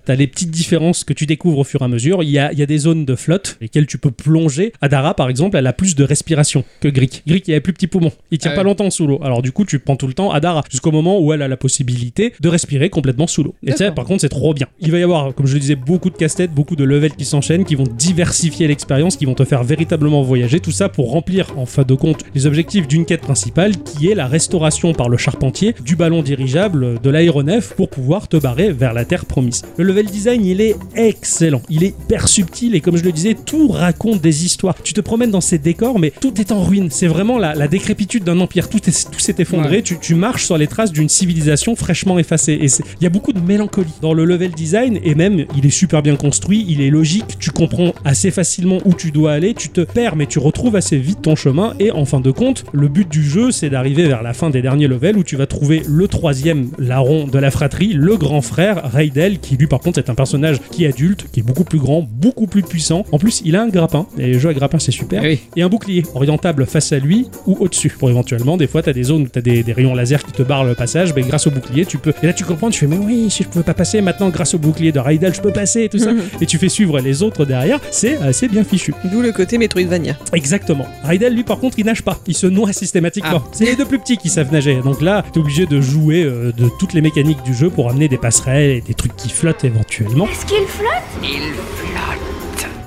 T'as les petites différences que tu découvres au fur et à mesure. Il y a, il y a des zones de flotte lesquelles tu peux plonger. Adara, par exemple, elle a plus de respiration que Grick. Grick, il a plus petit poumon. Il tient Ah pas ouais. longtemps sous l'eau. Alors du coup, tu prends tout le temps Adara jusqu'au moment où elle a la possibilité de respirer complètement sous l'eau. Et ça, D'accord. par contre, c'est trop bien. Il va y avoir, comme je le disais, beaucoup de casse-tête, beaucoup de levels qui s'enchaînent, qui vont diversifier l'expérience, qui vont te faire véritablement voyager. Tout ça pour remplir, en fin de compte, les objectifs d'une quête principale, qui est la restauration par le charpentier du ballon dirigeable euh, de l'aéronef pour pouvoir te barrer vers la terre promise. Le level design, il est excellent. Il est hyper subtil et comme je le disais, tout raconte des histoires. Tu te promènes dans ces décors, mais tout est en ruine. C'est vraiment la, la décrépitude d'un empire. Tout, est- tout s'est effondré. Tu, tu marches sur les traces d'une civilisation fraîchement effacée. Et c'est- il y a beaucoup de mélancolie dans le level design et même il est super bien construit. Il est logique. Tu comprends assez facilement où tu dois aller. Tu te perds, mais tu retrouves assez vite ton chemin. Et en fin de compte, le but du jeu, c'est d'arriver vers la fin des derniers levels où tu vas trouver le troisième larron de la fratrie, le grand frère Raidel, qui lui par contre est un personnage qui est adulte, qui est beaucoup plus grand, beaucoup plus puissant. En plus, il a un grappin. Et les jeux à grappin, c'est super Ah Oui. et un bouclier orientable face à lui ou au-dessus. Pour éventuellement, des fois, t'as des zones où t'as des, des rayons laser qui te barrent le passage, mais grâce au bouclier, tu peux. Et là, tu comprends, tu fais, mais oui, si je pouvais pas passer, maintenant, grâce au bouclier de Raidal, je peux passer, et tout ça. et tu fais suivre les autres derrière, c'est assez bien fichu. D'où le côté Metroidvania. Exactement. Raidal, lui, par contre, il nage pas. Il se noie systématiquement. Ah. C'est les deux plus petits qui savent nager. Donc là, t'es obligé de jouer euh, de toutes les mécaniques du jeu pour amener des passerelles et des trucs qui flottent éventuellement. Est-ce qu'il flotte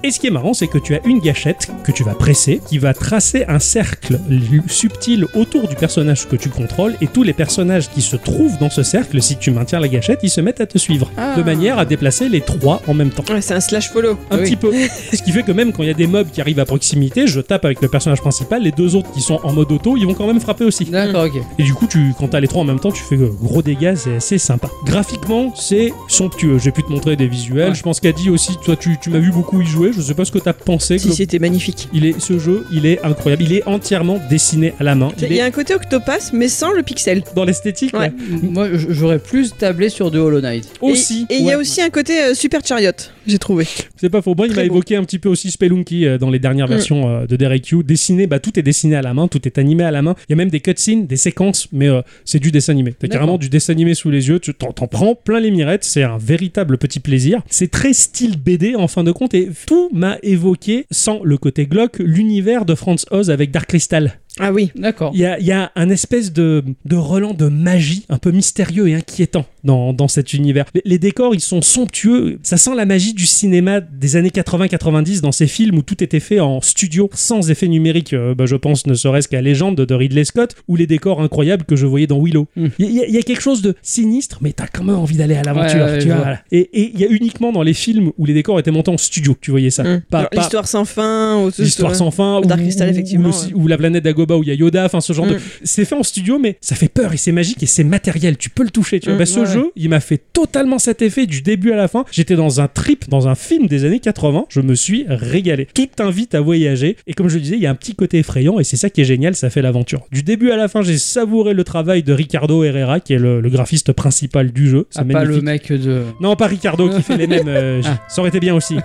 Et ce qui est marrant, c'est que tu as une gâchette que tu vas presser, qui va tracer un cercle l- subtil autour du personnage que tu contrôles, et tous les personnages qui se trouvent dans ce cercle, si tu maintiens la gâchette, ils se mettent à te suivre, Ah. de manière à déplacer les trois en même temps. Ouais, c'est un slash follow. Un Ah Oui. petit peu. Ce qui fait que même quand il y a des mobs qui arrivent à proximité, je tape avec le personnage principal, les deux autres qui sont en mode auto, ils vont quand même frapper aussi. D'accord, ok. Et du coup, tu, quand t'as les trois en même temps, tu fais euh, gros dégâts, c'est assez sympa. Graphiquement, c'est somptueux. J'ai pu te montrer des visuels. Ouais. Je pense qu'Adi aussi, toi, tu, tu m'as vu beaucoup y jouer. Je sais pas ce que t'as pensé. Si glo- c'était magnifique. Il est, ce jeu, il est incroyable. Il est entièrement dessiné à la main. Il Il y a est un côté Octopus, mais sans le pixel. dans l'esthétique, hein, Ouais. ouais. Moi, j- j'aurais plus tablé sur du Hollow Knight. Et- Aussi. Et il y a Ouais. aussi un côté euh, Super Chariot, j'ai trouvé. C'est pas faux. Moi, il Très m'a beau. évoqué un petit peu aussi Spelunky euh, dans les dernières Mm. versions euh, de Derek Yu. Dessiné, bah, tout est dessiné à la main, tout est animé à la main. Il y a même des cutscenes, des séquences, mais euh, c'est du dessin animé. T'as D'accord. carrément du dessin animé sous les yeux, tu t'en t'en prends plein les mirettes, c'est un véritable petit plaisir. C'est très style BD en fin de compte, et tout m'a évoqué, sans le côté glauque, l'univers de Franz Oz avec Dark Crystal. Ah oui. D'accord. Il y a, il y a un espèce de, de relent de magie un peu mystérieux et inquiétant dans, dans cet univers. Les, les décors, ils sont somptueux. Ça sent la magie du cinéma des années 80-90 dans ces films où tout était fait en studio, sans effet numérique. Euh, bah, je pense ne serait-ce qu'à Légende de Ridley Scott ou les décors incroyables que je voyais dans Willow. Mm. Il y, a- il y a quelque chose de sinistre, mais t'as quand même envie d'aller à l'aventure. Ouais, ouais, tu je vois, vois. voilà. Et et il y a uniquement dans les films où les décors étaient montés en studio, tu voyais ça. Hmm. Hum. Pas- Alors, pas- L'histoire sans fin. Ou ce- L'histoire sans fin, ou, Dark Crystal, ou- ou effectivement, le si- ou la planète d'Agoba où il y a Yoda, enfin ce genre de. Mm. C'est fait en studio, mais ça fait peur et c'est magique et c'est matériel, tu peux le toucher. Tu vois. Mm, Bah, ce ouais, jeu, il m'a fait totalement cet effet du début à la fin. J'étais dans un trip, dans un film des années 80, je me suis régalé. Tout t'invite à voyager et comme je le disais, il y a un petit côté effrayant et c'est ça qui est génial, ça fait l'aventure. Du début à la fin, j'ai savouré le travail de Ricardo Herrera, qui est le, le graphiste principal du jeu. C'est Ah, pas le magnifique. mec de. Non, pas Ricardo qui fait les mêmes. euh, Ah. j- Ça aurait été bien aussi.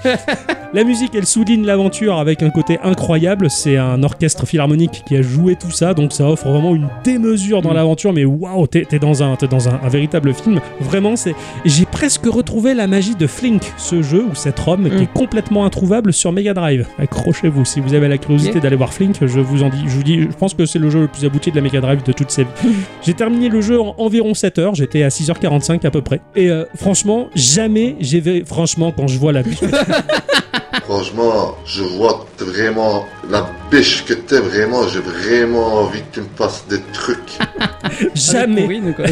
La musique, elle souligne l'aventure avec un côté incroyable. C'est un orchestre philharmonique qui a joué tout ça, donc ça offre vraiment une démesure dans Mm. l'aventure. Mais waouh, t'es t'es dans, un, t'es dans un, un véritable film. Vraiment, c'est. J'ai presque retrouvé la magie de Flink, ce jeu ou cet homme qui Mm. est complètement introuvable sur Mega Drive. Accrochez-vous si vous avez la curiosité Ok. d'aller voir Flink. Je vous en dis, je vous dis, je pense que c'est le jeu le plus abouti de la Mega Drive de toute sa vie. J'ai terminé le jeu en environ 7 heures, j'étais à 6h45 à peu près. Et euh, franchement, jamais j'ai vu. Franchement, quand je vois la. Franchement, je vois vraiment la biche que t'es vraiment. J'ai vraiment envie que tu me passes des trucs. jamais, Oui, donc, euh,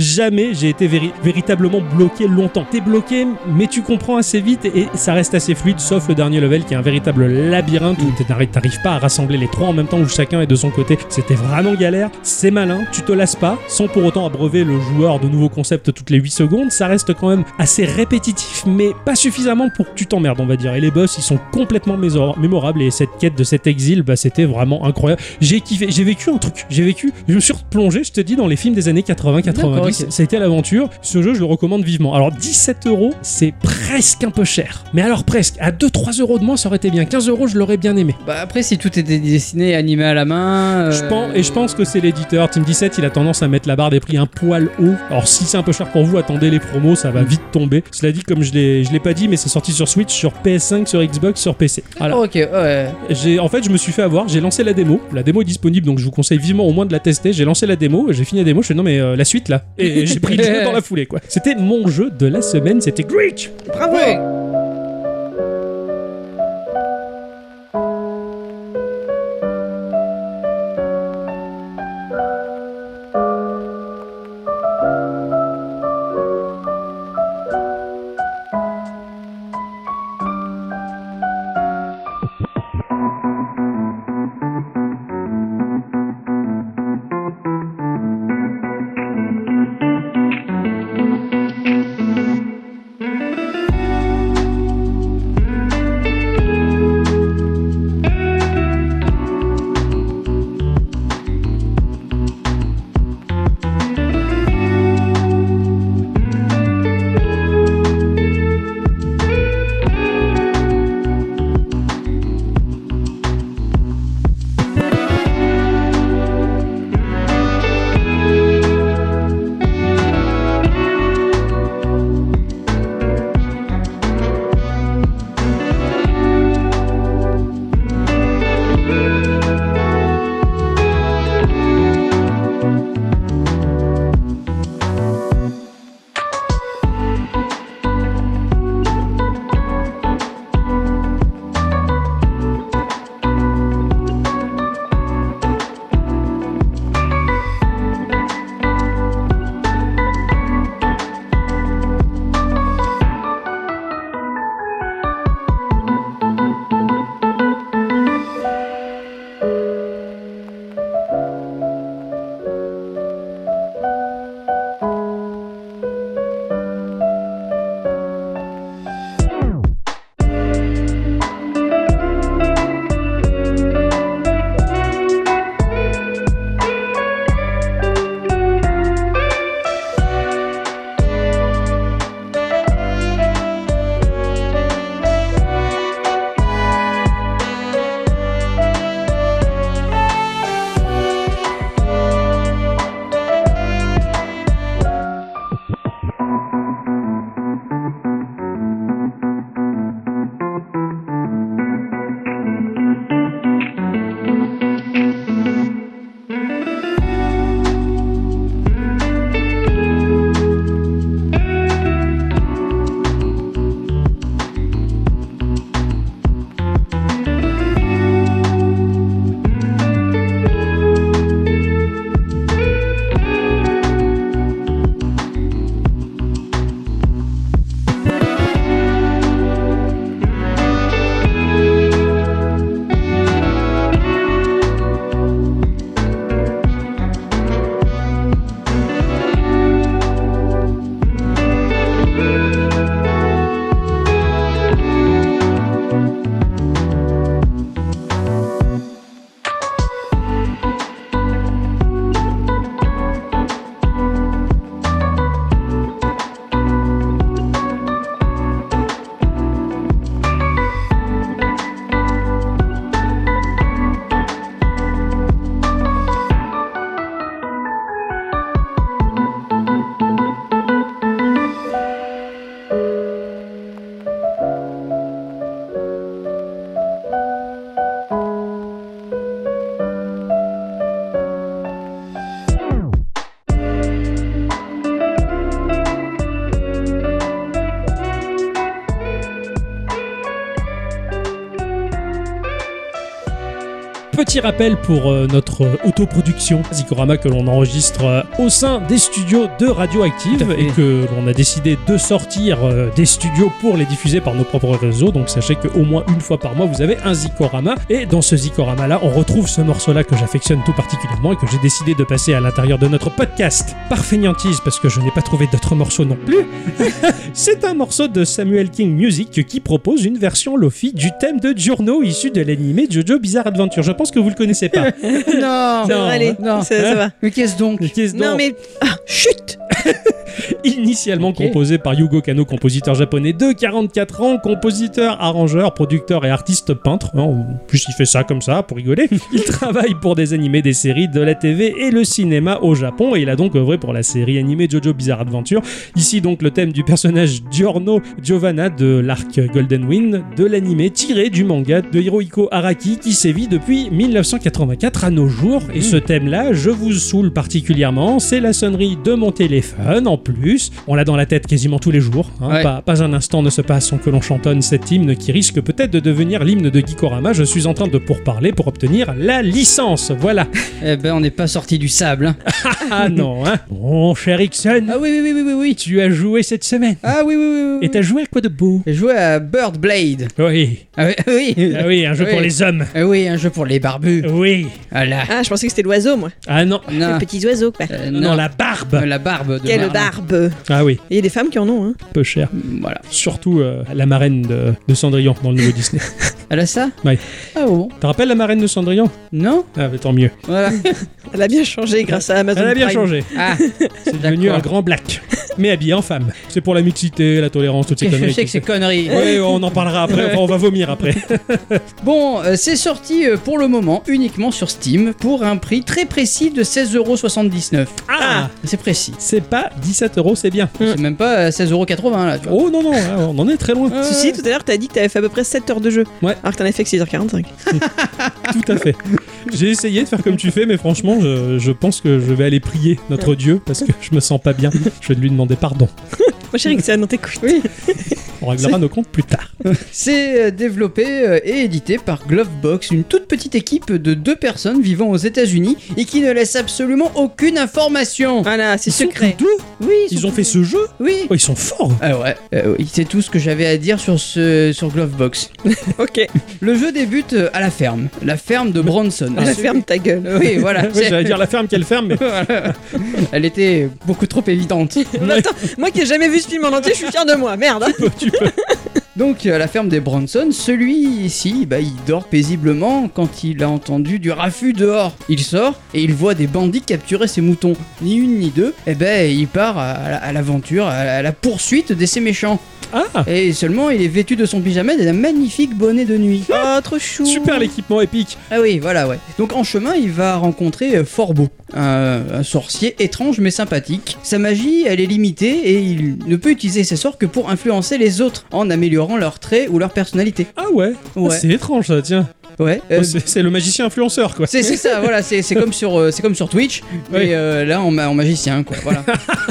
jamais j'ai été véri- véritablement bloqué longtemps. T'es bloqué, mais tu comprends assez vite et ça reste assez fluide, sauf le dernier level qui est un véritable labyrinthe où t'es- t'arri- t'arrives pas à rassembler les trois en même temps où chacun est de son côté. C'était vraiment galère. C'est malin, tu te lasses pas, sans pour autant abreuver le joueur de nouveaux concepts toutes les 8 secondes. Ça reste quand même assez répétitif, mais pas suffisamment pour que tu t'emmerdes, on va dire. Et les boss, ils sont complètement mésor- mémorables et cette cette quête, de cet exil, bah, c'était vraiment incroyable. J'ai kiffé, j'ai vécu un truc, j'ai vécu, je me suis replongé, je te dis, dans les films des années 80-90. D'accord, ok. Ça a été l'aventure. Ce jeu, je le recommande vivement. Alors, 17 euros, c'est presque un peu cher. Mais alors, presque. À 2-3 euros de moins, ça aurait été bien. 15 euros, je l'aurais bien aimé. Bah après, si tout était dessiné, animé à la main. Je euh, pense, et je pense que c'est l'éditeur. Team 17, il a tendance à mettre la barre des prix un poil haut. Alors, si c'est un peu cher pour vous, attendez les promos, ça Mm. va vite tomber. Cela dit, comme je l'ai, je l'ai pas dit, mais c'est sorti sur Switch, sur PS5, sur Xbox, sur PC. Voilà. Ok, ouais. J'ai, en fait, je me suis fait avoir. J'ai lancé la démo. La démo est disponible, donc je vous conseille vivement au moins de la tester. J'ai lancé la démo, j'ai fini la démo. Je fais non, mais euh, la suite là. Et j'ai pris le jeu dans la foulée, quoi. C'était mon jeu de la semaine. C'était Glitch. Bravo Petit rappel pour euh, notre euh, autoproduction Zikorama que l'on enregistre euh, au sein des studios de Tout Radioactive à fait. et que l'on a décidé de sortir euh, des studios pour les diffuser par nos propres réseaux. Donc sachez qu'au moins une fois par mois, vous avez un Zikorama. Et dans ce Zikorama là, on retrouve ce morceau là que j'affectionne tout particulièrement et que j'ai décidé de passer à l'intérieur de notre podcast par fainéantise parce que je n'ai pas trouvé d'autres morceaux non plus. C'est un morceau de Samuel King Music qui propose une version lofi du thème de Giorno issu de l'animé Jojo Bizarre Adventure. Je pense que vous le connaissez pas. Non Non, Allez, non. ça, ça va. Mais qu'est-ce donc Qu'est-ce Non donc mais ah, chut Initialement Ok. composé par Yugo Kano, compositeur japonais de 44 ans, compositeur, arrangeur, producteur et artiste peintre. Hein, En plus, il fait ça comme ça pour rigoler. Il travaille pour des animés, des séries, de la TV et le cinéma au Japon. Et il a donc œuvré pour la série animée Jojo Bizarre Adventure. Ici, donc, le thème du personnage Giorno Giovanna de l'arc Golden Wind de l'animé tiré du manga de Hirohiko Araki qui sévit depuis 1984 à nos jours. Et ce thème-là, je vous saoule particulièrement. C'est la sonnerie de mon téléphone en plus. On l'a dans la tête quasiment tous les jours. hein. Ouais. Pas, pas un instant ne se passe sans que l'on chantonne cet hymne qui risque peut-être de devenir l'hymne de Gikorama. Je suis en train de pourparler pour obtenir la licence. Voilà. Eh ben, on n'est pas sorti du sable. hein. Ah non, hein. Mon cher Ixon, Ah oui, oui, oui, oui, oui, oui. tu as joué cette semaine. Ah oui, oui, oui, oui, oui. Et t'as joué à quoi de beau J'ai joué à Bird Blade. Oui. Ah oui, ah oui. Ah oui, un jeu Oui. pour les hommes. Ah oui, un jeu pour les barbus. Oui. Voilà. Ah je pensais que c'était l'oiseau moi. Ah non. Non. Les petits oiseaux quoi. Euh, Non, la barbe. Euh, la barbe de Quelle Merlin. barbe Ah oui, Il y a des femmes qui en ont hein. peu cher. Voilà. Surtout euh, la marraine de, de Cendrillon dans le nouveau Disney. Elle a ça Ouais. Ah bon Te rappelles la marraine de Cendrillon Non Ah bah, tant mieux. Voilà. Elle a bien changé grâce à Amazon Elle a bien Prime. changé. Ah, C'est devenu un grand black, mais habillé en femme. C'est pour la mixité, la tolérance, toutes ces Je conneries. sais que c'est connerie. Oui, on en parlera après. Enfin, on va vomir après. Bon, euh, c'est sorti euh, pour le moment uniquement sur Steam pour un prix très précis de 16,79€. Ah C'est précis. C'est pas 17 euros, c'est bien. C'est même pas euh, 16,80€ là, tu vois. Oh non, non, hein, on en est très loin. Ah. Si, si, tout à l'heure, t'as dit que t'avais fait à peu près 7 heures de jeu. Ouais. Alors que t'en as fait que 6h45. Tout à fait. J'ai essayé de faire comme tu fais, mais franchement, je, je pense que je vais aller prier notre Dieu parce que je me sens pas bien. Je vais lui demander pardon. Mon cher Ixon, on t'écoute. On réglera nos comptes plus tard. C'est euh, développé euh, et édité par Glovebox, une toute petite équipe de deux personnes vivant aux États-Unis et qui ne laisse absolument aucune information. Voilà, c'est Ah, Ils sont secret. tous deux Oui, Ils ont fait ce jeu Oui. Oh, Ils sont forts Ah ouais, euh, oui, c'est tout ce que j'avais à dire sur ce sur Glovebox. Ok, Le jeu débute euh, à la ferme, la ferme de Bronson. la ferme ta gueule. Oui, voilà. Ah, Oui, J'allais dire la ferme qu'elle ferme, mais Voilà. Elle était beaucoup trop évidente. Attends, moi qui ai jamais vu ce film en entier, je suis fier de moi, merde. tu peux. Donc à la ferme des Bronson, celui-ci, bah, il dort paisiblement quand il a entendu du raffut dehors. Il sort et il voit des bandits capturer ses moutons. Ni une ni deux. Et ben il part à à la- à l'aventure, à la- à la poursuite de ces méchants. Ah Et seulement il est vêtu de son pyjama et d'un magnifique bonnet de nuit. Oh, trop chou. Super l'équipement épique Ah oui, voilà, ouais. Donc en chemin, il va rencontrer euh, Forbo, un, un sorcier étrange mais sympathique. Sa magie, elle est limitée et il ne peut utiliser ses sorts que pour influencer les autres en améliorant leurs traits ou leur personnalité. Ah ouais, Ah, Ouais. C'est étrange ça, tiens. Ouais. euh, Oh, c'est c'est le magicien influenceur quoi. c'est c'est ça, voilà, c'est c'est comme sur euh, c'est comme sur Twitch, mais Oui. euh, là en, ma- en magicien quoi, voilà.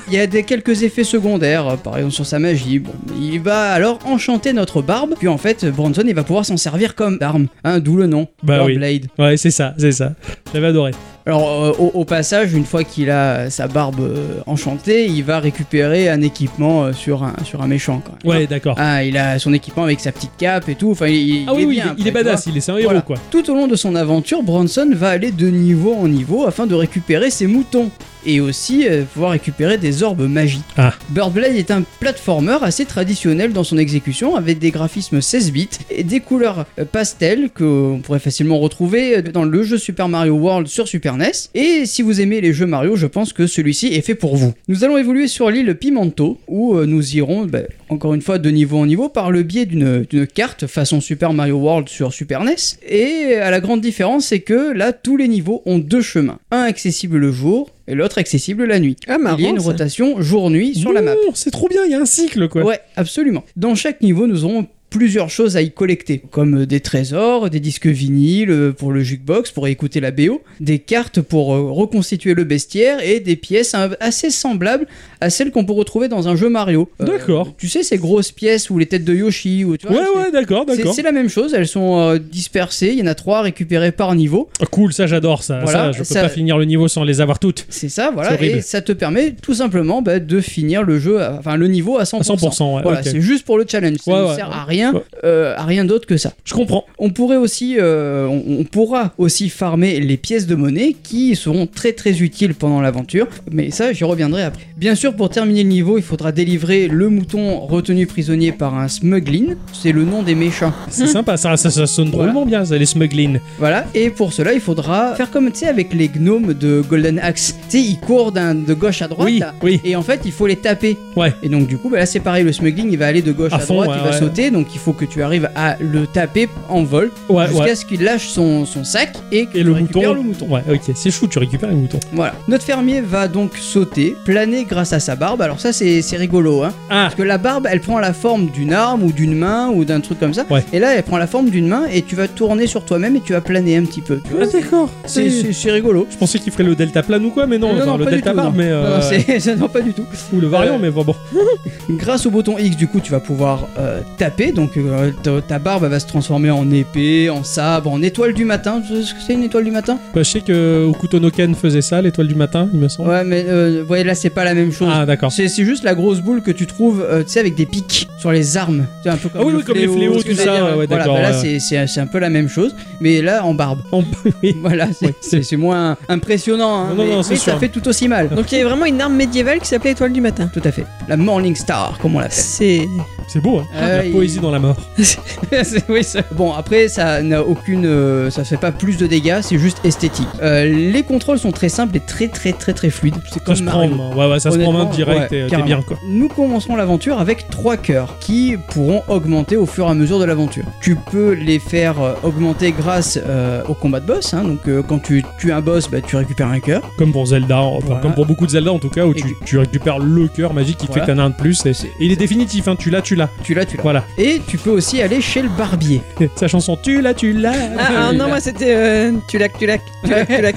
Il y a des quelques effets secondaires, euh, par exemple sur sa magie. Bon, il va alors enchanter notre barbe, puis en fait Bronson il va pouvoir s'en servir comme arme, hein, d'où le nom, Bah Lord oui. Blade. Ouais, c'est ça, c'est ça. J'avais adoré. Alors euh, au, au passage, une fois qu'il a euh, sa barbe euh, enchantée, il va récupérer un équipement euh, sur un sur un méchant quand même. Ouais, d'accord. Ah, il a son équipement avec sa petite cape et tout. Enfin, il, il Ah oui, est oui, bien, il est- il, est après, tu vois. badass, il est c'est un héros Voilà. quoi. Tout au long de son aventure, Bronson va aller de niveau en niveau afin de récupérer ses moutons et aussi euh, pouvoir récupérer des orbes magiques. Ah. Birdblade est un platformer assez traditionnel dans son exécution avec des graphismes 16 bits et des couleurs euh, pastel que on pourrait facilement retrouver euh, dans le jeu Super Mario World sur Super NES. Et si vous aimez les jeux Mario, je pense que celui-ci est fait pour vous. Nous allons évoluer sur l'île Pimento où euh, nous irons bah, encore une fois de niveau en niveau par le biais d'une d'une carte façon Super Mario World sur Super NES. Et à la grande différence, c'est que là tous les niveaux ont deux chemins, un accessible le jour et l'autre accessible la nuit. Ah, Il y a marrant. une ça. rotation jour-nuit sur la map. Non, C'est trop bien, il y a un cycle quoi. Ouais, absolument. Dans chaque niveau, nous aurons plusieurs choses à y collecter, comme euh, des trésors, des disques vinyles euh, pour le jukebox, pour écouter la BO, des cartes pour euh, reconstituer le bestiaire et des pièces euh, assez semblables à celles qu'on peut retrouver dans un jeu Mario. Euh, D'accord. Tu sais, ces grosses pièces ou les têtes de Yoshi ou tu vois, Ouais, c'est- ouais, d'accord, c'est- d'accord. C'est la même chose, elles sont euh, dispersées, il y en a trois récupérées par niveau. Ah, cool, ça j'adore ça. Voilà, ça. Je peux ça- pas finir le niveau sans les avoir toutes. C'est ça, C'est voilà, horrible. et ça te permet tout simplement bah, de finir le jeu, à- enfin le niveau à 100%. À 100%, ouais, voilà, ok. c'est juste pour le challenge, ça Ouais, ne ouais, sert ouais. à rien, Ouais. euh, à rien d'autre que ça. Je comprends. On pourrait aussi, euh, on, on pourra aussi farmer les pièces de monnaie qui seront très très utiles pendant l'aventure, mais ça j'y reviendrai après. Bien sûr, pour terminer le niveau, il faudra délivrer le mouton retenu prisonnier par un smuggling, c'est le nom des méchants. C'est sympa, ça, ça, ça sonne Voilà. drôlement bien, ça, les smugglings. Voilà, et pour cela, il faudra faire comme tu sais avec les gnomes de Golden Axe. Tu sais, ils courent d'un- de gauche à droite. Oui, là, oui. Et en fait, il faut les taper. Ouais. Et donc, du coup, bah là, c'est pareil. Le smuggling, il va aller de gauche à, À fond, droite, ouais, il va ouais. sauter. Donc, il faut que tu arrives à le taper en vol Ouais, jusqu'à ouais. ce qu'il lâche son, son sac et que Et tu le mouton. récupères le mouton. Ouais, ok, c'est chou, tu récupères les moutons. Voilà. Notre fermier va donc sauter, planer grâce à sa barbe. Alors, ça, c'est c'est rigolo, hein. Ah, Parce que la barbe, elle prend la forme d'une arme ou d'une main ou d'un truc comme ça. Ouais. Et là, elle prend la forme d'une main et tu vas tourner sur toi-même et tu vas planer un petit peu. Tu vois, ah, d'accord. c'est- C'est- c'est c'est rigolo. Je pensais qu'il ferait le delta plane ou quoi, mais non, enfin, le pas du delta tout, barre, non. mais. euh, Non, non, c'est- non, pas du tout. Ou le variant, Euh, mais bon. Bah, bon. Grâce au bouton X, du coup, tu vas pouvoir euh, taper. Donc, euh, ta, ta barbe elle va se transformer en épée, en sabre, en étoile du matin. Tu sais ce que c'est une étoile du matin Bah, je sais que Okutonoken faisait ça, l'étoile du matin, il me semble. Ouais, mais euh, voyez, là, c'est pas la même chose. ah, d'accord. C'est c'est juste la grosse boule que tu trouves, euh, tu sais, avec des pics sur les armes. C'est un peu comme, Ah oui, le oui, comme les fléau, fléaux, ce que tout je veux ça, dire. ouais, ouais, Voilà, d'accord, bah là, ouais. c'est- c'est c'est un peu la même chose, mais là, en barbe. On- oui. Voilà, c'est Ouais, c'est- c'est moins impressionnant, hein, Non, non, mais, non, c'est mais ça sûr. fait tout aussi mal. Donc il y avait vraiment une arme médiévale qui s'appelait Étoile du matin. Tout à fait. La Morning Star, comme on l'appelle. C'est C'est beau, hein. Euh, La il- poésie dans la mort. C'est- oui, ça- Bon, après, ça n'a aucune. euh, ça fait pas plus de dégâts, c'est juste esthétique. Euh, les contrôles sont très simples et très, très, très, très fluides. C'est Ça comme se prend en Mario. main. Ouais, ouais, ça se prend en main Honnêtement, ouais, direct et euh, t'es carrément. bien, quoi. Nous commencerons l'aventure avec trois cœurs qui pourront augmenter au fur et à mesure de l'aventure. Tu peux les faire euh, augmenter grâce euh, au combat de boss. hein. donc, euh, quand tu tues un boss, bah, tu récupères un cœur. Comme pour Zelda, enfin, Voilà. comme pour beaucoup de Zelda en tout cas, où Et tu, tu récupères le cœur magique qui Voilà. fait que t'en as un de plus. Et, et il est définitif, hein, tu l'as, tu l'as. Tu l'as, tu l'as. Voilà. Et tu peux aussi aller chez le barbier. Sa chanson, tu l'as, tu l'as. Ah, ah, non, moi c'était euh, Tulac, Tulac, Tulac, Tulac.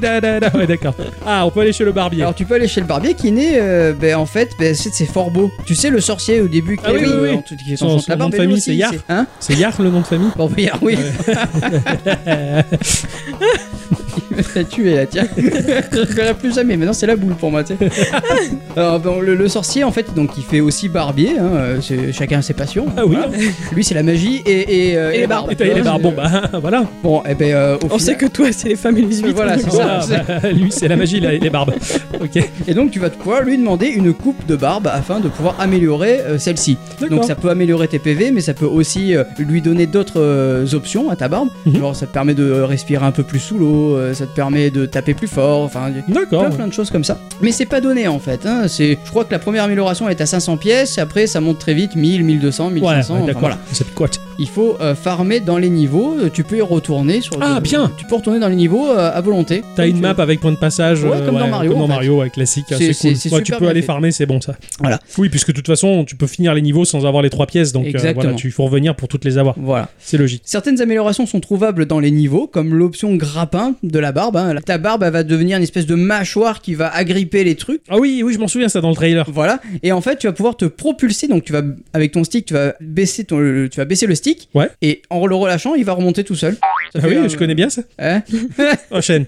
Da, da, da. Ouais, d'accord. Ah, on peut aller chez le barbier. Alors tu peux aller chez le barbier qui est né, euh, ben, en fait, ben, c'est c'est fort beau. Tu sais le sorcier au début qui Ah est, oui, oui, euh, oui. en tout- qui est Son- chante la son barbe, nom de mais lui famille, aussi, c'est Yar. c'est- Hein C'est Yar le nom de famille Bon, oui, Yar, oui. Il me l'a tué là, tiens. Je verrai plus jamais, maintenant c'est la boule pour moi, tu sais. Alors ben, le, le sorcier en fait, donc il fait aussi barbier, hein, euh, c'est- chacun ses passions. Ah oui. Voilà. Lui c'est la magie et, et, euh, Et les la barbes. Et t'as eu les Hein, barres. c'est- Bon, bah voilà. Bon, et ben euh, au On final- sait que toi c'est les femmes et les 18. Voilà, c'est ça. Ah, bah, lui, c'est la magie, il a les barbes. Ok. Et donc tu vas pouvoir lui demander une coupe de barbe afin de pouvoir améliorer euh, celle-ci. Donc D'accord. ça peut améliorer tes PV, mais ça peut aussi euh, lui donner d'autres euh, options à ta barbe. Mhm. Genre ça te permet de euh, respirer un peu plus sous l'eau, euh, ça te permet de taper plus fort, enfin y- D'accord. plein plein de choses comme ça. Mais c'est pas donné en fait. hein. C'est, je crois que la première amélioration est à 500 pièces, et après ça monte très vite 1000, 1200, Ouais, 1500. ouais, enfin, d'accord. voilà. C'est quoi Il faut euh, farmer dans les niveaux. euh, Tu peux y retourner sur. Ah, euh, bien. Tu peux retourner dans les niveaux euh, à volonté. T'as Comme une tu map veux. avec point de passage, Ouais, euh, comme dans Mario, en fait. Mario, ouais, classique, C'est- c'est c'est- cool. c'est Ouais, super tu peux bien aller fait. farmer, c'est bon ça. Voilà. Oui, puisque de toute façon, tu peux finir les niveaux sans avoir les trois pièces, donc euh, Exactement. voilà, tu faut revenir pour toutes les avoir. Voilà. C'est logique. Certaines améliorations sont trouvables dans les niveaux, comme l'option grappin de la barbe. hein. Ta barbe elle va devenir une espèce de mâchoire qui va agripper les trucs. Ah oui, oui, je m'en souviens ça dans le trailer. Voilà, et en fait, tu vas pouvoir te propulser. Donc, tu vas avec ton stick, tu vas baisser ton, le- tu vas baisser le stick. Ouais. Et en le relâchant, il va remonter tout seul. Ça Ah fait oui, un- je connais bien ça. Hein Enchaîne.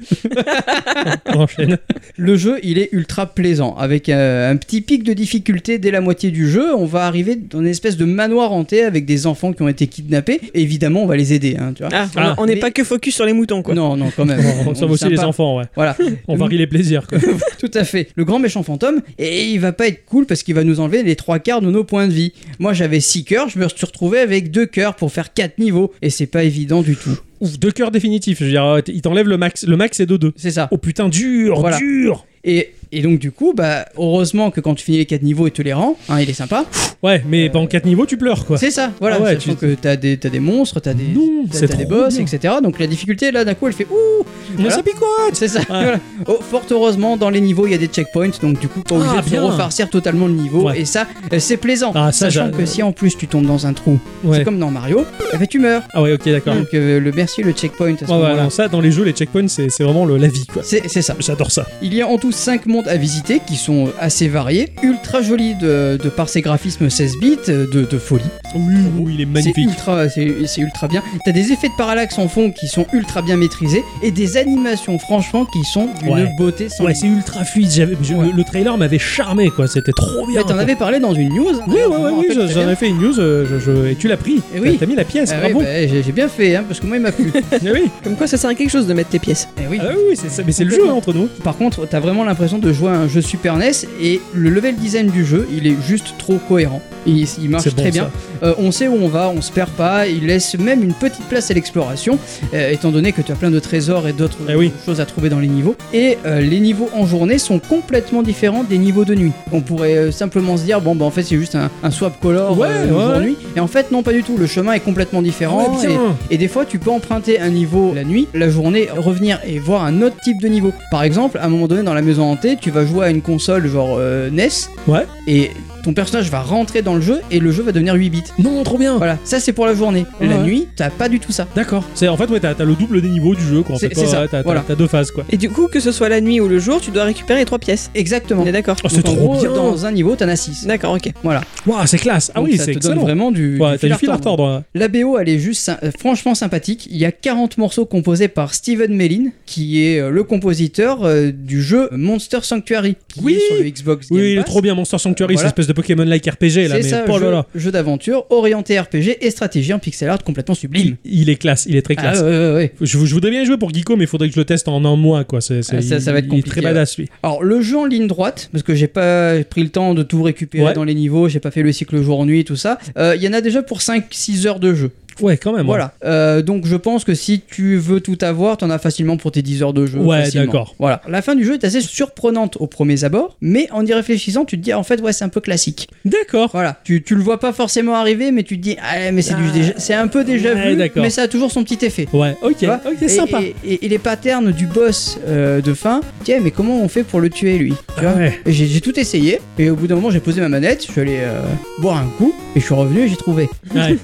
Enchaîne. le jeu, il est ultra plaisant, avec euh, un petit pic de difficulté dès la moitié du jeu. On va arriver dans une espèce de manoir hanté avec des enfants qui ont été kidnappés. Évidemment, on va les aider. hein, tu vois. Ah, on- Ah. on n'est Mais- pas que focus sur les moutons quoi. Non, non, quand même. On On sauve est aussi les sympa. enfants, ouais. Voilà. On varie les plaisirs, quoi. Tout à fait. Le grand méchant fantôme, et il va pas être cool parce qu'il va nous enlever les trois quarts de nos points de vie. Moi j'avais 6 cœurs, je me suis retrouvé avec 2 cœurs pour faire 4 niveaux, et c'est pas évident du tout. Ouf, deux cœurs définitifs. Je veux dire, euh, t- il t'enlève le max. Le max, c'est 2-2. C'est ça. Oh putain, dur, Voilà. dur. Et Et donc, du coup, bah, heureusement que quand tu finis les 4 niveaux, il te les rend. Hein, il est sympa. Ouais, mais pendant 4 niveaux, tu pleures quoi. Euh, C'est ça, voilà. Ah ouais, sachant tu- que t'as des, t'as des monstres, t'as des, Non, t'as- c'est t'as des trop boss, bien. etc. Donc, la difficulté, là, d'un coup, elle fait ouh Mais Voilà. ça picote C'est ça, voilà. Oh, fort heureusement, dans les niveaux, il y a des checkpoints, donc du coup, pas obligé Ah, de se bien. refarcir totalement le niveau, Ouais. et ça, euh, c'est plaisant. Ah, ça, Sachant j'a- que si en plus tu tombes dans un trou, Ouais. c'est comme dans Mario, eh ben, tu meurs. Ah ouais, ok, d'accord. Donc euh, le merci, le checkpoint à ce Ouais, ouais, moment-là. non, ça, dans les jeux, les checkpoints, c'est c'est vraiment le, la vie quoi. c'est c'est ça. J'adore ça. Il y a en tout 5 mondes à visiter qui sont assez variés, ultra jolis de, de par ses graphismes 16 bits, euh, de, de folie. Oui, oui, Oh, il est C'est magnifique. ultra, c'est c'est ultra bien. T'as des effets de parallaxe en fond qui sont ultra bien maîtrisés et des animations franchement qui sont d'une Ouais. beauté sans Ouais, c'est ultra fluide. j'avais- je- Ouais. Le trailer m'avait charmé quoi. C'était trop bien. Mais t'en quoi. avais parlé dans une news. hein, Oui, d'ailleurs, ouais, je ouais, m'en oui, rappelle j'en très j'en bien. ai fait une news euh, je- je- et tu l'as pris. Eh oui. T'as mis la pièce, Ah oui, bravo. bah, j'ai j'ai bien fait, hein, parce que moi il m'a plu. Ah oui, Comme quoi, ça sert à quelque chose de mettre tes pièces. Eh oui. Ah oui, c'est ça, mais c'est le jeu hein, entre nous. Par contre, t'as vraiment l'impression de jouer à un jeu Super NES et le level design du jeu, il est juste trop cohérent. Il, il marche C'est bon, ça. très bien. Euh, on sait où on va, on se perd pas. Il laisse même une petite place à l'exploration, euh, étant donné que tu as plein de trésors et d'autres Eh oui. choses à trouver dans les niveaux. Et euh, les niveaux en journée sont complètement différents des niveaux de nuit. On pourrait euh, simplement se dire bon bah en fait c'est juste un, un swap color Ouais, euh, ouais, jour ouais. Ah nuit. Et en fait non pas du tout. Le chemin est complètement différent. Ouais, et- bien. et des fois, tu peux emprunter un niveau la nuit, la journée, revenir et voir un autre type de niveau. Par exemple, à un moment donné dans la maison hantée, tu vas jouer à une console genre euh, NES. Ouais. Et ton personnage va rentrer dans le jeu et le jeu va devenir 8 bits. Non, trop bien. Voilà, ça c'est pour la journée. Ouais, la ouais. nuit, t'as pas du tout ça. D'accord. C'est en fait ouais, t'as t'as le double des niveaux du jeu quoi. En C'est- fait, quoi, c'est ça, ouais, T'as t'as- voilà. t'as deux phases quoi. Et du coup, que ce soit la nuit ou le jour, tu dois récupérer les trois pièces. Exactement. On est d'accord Oh, c'est Donc, en trop gros, bien. dans un niveau, t'en as 6. D'accord, ok. Voilà. Waouh, c'est classe. Ah Donc, oui, ça c'est te donne excellent. vraiment du, Ouais, t'as du fil à retordre. retordre. hein. La BO, elle est juste sy- euh, franchement sympathique. Il y a 40 morceaux composés par Steven Mellin, qui est euh, le compositeur euh, du jeu Monster Sanctuary, qui Oui. est sur le Xbox Game Oui, il est Pass. trop bien Monster Sanctuary, Voilà. cette espèce de Pokémon-like RPG là. C'est mais ça, oh là jeu, là. jeu d'aventure orienté RPG et stratégie en pixel art complètement sublime. Il est classe, il est très Ah, classe. ouais, ouais, ouais. Je, je voudrais bien y jouer pour Geeko, mais il faudrait que je le teste en un mois quoi. C'est- c'est- Ah, ça- ça il- va être Il est compliqué, très badass lui. Alors le jeu en ligne droite, parce que j'ai pas pris le temps de tout récupérer Ouais. dans les niveaux, j'ai pas fait le cycle jour-nuit tout ça. Euh, Il y en a déjà pour 5-6 heures de jeu. Ouais, quand même. hein. ouais. Voilà. Euh, donc je pense que si tu veux tout avoir, t'en as facilement pour tes 10 heures de jeu. Ouais, facilement. d'accord. Voilà. La fin du jeu est assez surprenante aux premiers abords, mais en y réfléchissant, tu te dis ah, en fait ouais c'est un peu classique. D'accord. Voilà. Tu, tu le vois pas forcément arriver, mais tu te dis ah mais c'est du déjà- c'est un peu déjà Ouais, vu, d'accord. mais ça a toujours son petit effet. Ouais, ok, Tu vois ok, et, sympa. Et, et- et les patterns du boss euh, de fin, tiens, mais comment on fait pour le tuer lui Tu vois Ouais. Et J'ai j'ai tout essayé, et au bout d'un moment, j'ai posé ma manette, je suis allé euh, boire un coup, et je suis revenu et j'ai trouvé. Ouais.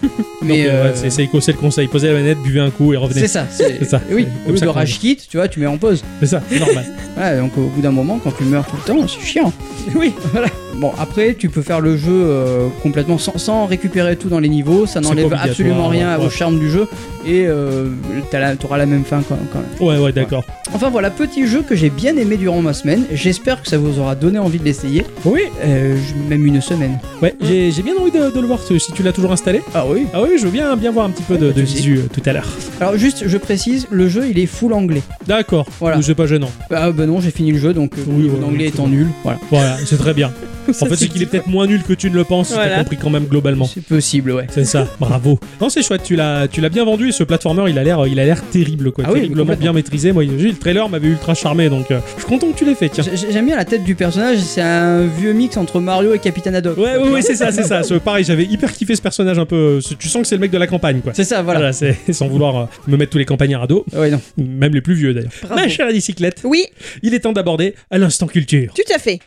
Mais Donc, euh, ouais, c'est- c'est éco- c'est le conseil. Posez la manette, buvez un coup et revenez. c'est ça, c'est C'est ça. C'est Oui, au comme lieu ça de qu'on rage quit, tu vois, tu mets en pause. C'est ça, c'est normal. Voilà, donc au bout d'un moment, quand tu meurs tout le temps, c'est chiant. oui. Voilà. Bon, après, tu peux faire le jeu euh, complètement sans, sans récupérer tout dans les niveaux, ça C'est n'enlève pas obligatoire, absolument rien ouais, au ouais. charme du jeu, et euh, t'as la- t'auras la même fin quand, quand même. Ouais, ouais, d'accord. Enfin voilà, petit jeu que j'ai bien aimé durant ma semaine. J'espère que ça vous aura donné envie de l'essayer. Oui. Euh, je- même une semaine. Ouais, j'ai j'ai bien envie de, de le voir ce- si tu l'as toujours installé. Ah oui Ah oui, je veux bien, bien voir un petit peu de, de visu euh, tout à l'heure. Alors juste, je précise, le jeu il est full anglais. D'accord. Voilà. C'est pas gênant. Ah bah non, j'ai fini le jeu donc euh, Oui, ouais, mon anglais ouais, étant nul. Voilà. Voilà, c'est très bien. En fait, c'est qu'il est peut-être moins nul que tu ne le penses. si T'as Voilà. compris quand même globalement. C'est possible, ouais. C'est ça, bravo. Non, c'est chouette, tu l'as, tu l'as bien vendu et ce platformer, il a l'air, il a l'air terrible, quoi. Ah oui, Terriblement complètement. bien maîtrisé. Moi, j'ai- le trailer m'avait ultra charmé, donc euh, je suis content que tu l'aies fait, tiens. J'ai- J'aime bien la tête du personnage, c'est un vieux mix entre Mario et Capitaine Haddock. Ouais, ouais, ouais, c'est ça, c'est ça. Ce- pareil, j'avais hyper kiffé ce personnage un peu. euh, Tu sens que c'est le mec de la campagne, quoi. C'est ça, voilà. c'est sans vouloir euh, me mettre tous les campagnards à dos, Ouais, non. même les plus vieux d'ailleurs. Bravo. Ma chère la bicyclette, Oui, il est temps d'aborder à l'instant culture. tout à fait.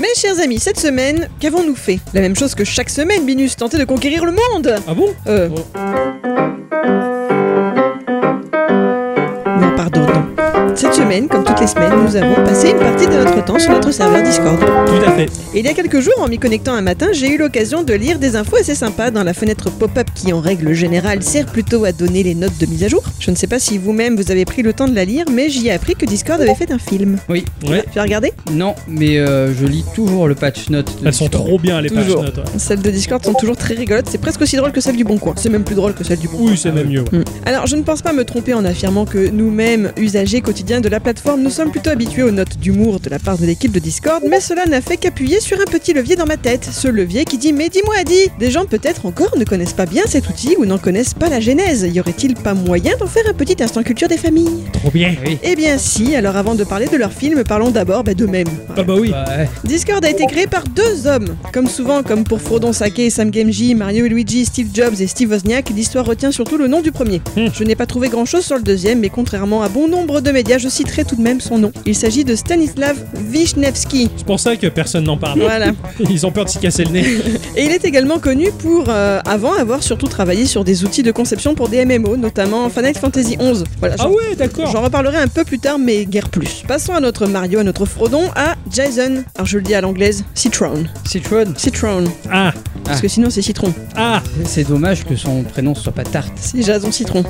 Mes chers amis, cette semaine, qu'avons-nous fait La même chose que chaque semaine, Binus tentait de conquérir le monde Ah bon Euh. Non, pardon, non. Cette semaine, comme toutes les semaines, nous avons passé une partie de notre temps sur notre serveur Discord. Tout à fait. Et il y a quelques jours, en m'y connectant un matin, j'ai eu l'occasion de lire des infos assez sympas dans la fenêtre pop-up qui, en règle générale, sert plutôt à donner les notes de mise à jour. Je ne sais pas si vous-même vous avez pris le temps de la lire, mais j'y ai appris que Discord avait fait un film. Oui, Ouais. Tu as regardé non, mais euh, je lis toujours le patch note. de Elles sont Discord. trop bien les pages Toujours. notes. ouais. Celles de Discord sont toujours très rigolotes, c'est presque aussi drôle que celles du Bon Coin. C'est même plus drôle que celles du Bon Coin. Oui, c'est même mieux. ouais. Alors, je ne pense pas me tromper en affirmant que nous-mêmes, usagers quotidiens de la plateforme, nous sommes plutôt habitués aux notes d'humour de la part de l'équipe de Discord, mais cela n'a fait qu'appuyer sur un petit levier dans ma tête. Ce levier qui dit Mais dis-moi, dit Des gens peut-être encore ne connaissent pas bien cet outil ou n'en connaissent pas la genèse. Y aurait-il pas moyen d'en faire un petit instant culture des familles Trop bien. Oui. Eh bien, si, alors avant de parler de leur film, parlons d'abord bah, d'eux-mêmes. Ah bah oui. Bah, ouais. Discord a été créé par deux hommes. Comme souvent, comme pour Frodon Sake, Sam Gamgee, Mario et Luigi, Steve Jobs et Steve Wozniak, l'histoire retient surtout le nom du premier. Hmm. Je n'ai pas trouvé grand chose sur le deuxième, mais contrairement à bon nombre de médias, je citerai tout de même son nom. Il s'agit de Stanislav Vishnevsky. C'est pour ça que personne n'en parle. Voilà. Ils ont peur de s'y casser le nez. Et il est également connu pour, euh, avant, avoir surtout travaillé sur des outils de conception pour des MMO, notamment Final Fantasy XI. Voilà, Ah j'en- ouais, d'accord. J'en reparlerai un peu plus tard, mais guère plus. Passons à notre Mario, à notre Frodon, à Jason. Alors je le dis à l'anglaise, Citron. Citron, Citron, Ah, parce que sinon c'est citron. ah, c'est dommage que son prénom soit pas Tarte. C'est Jason Citron.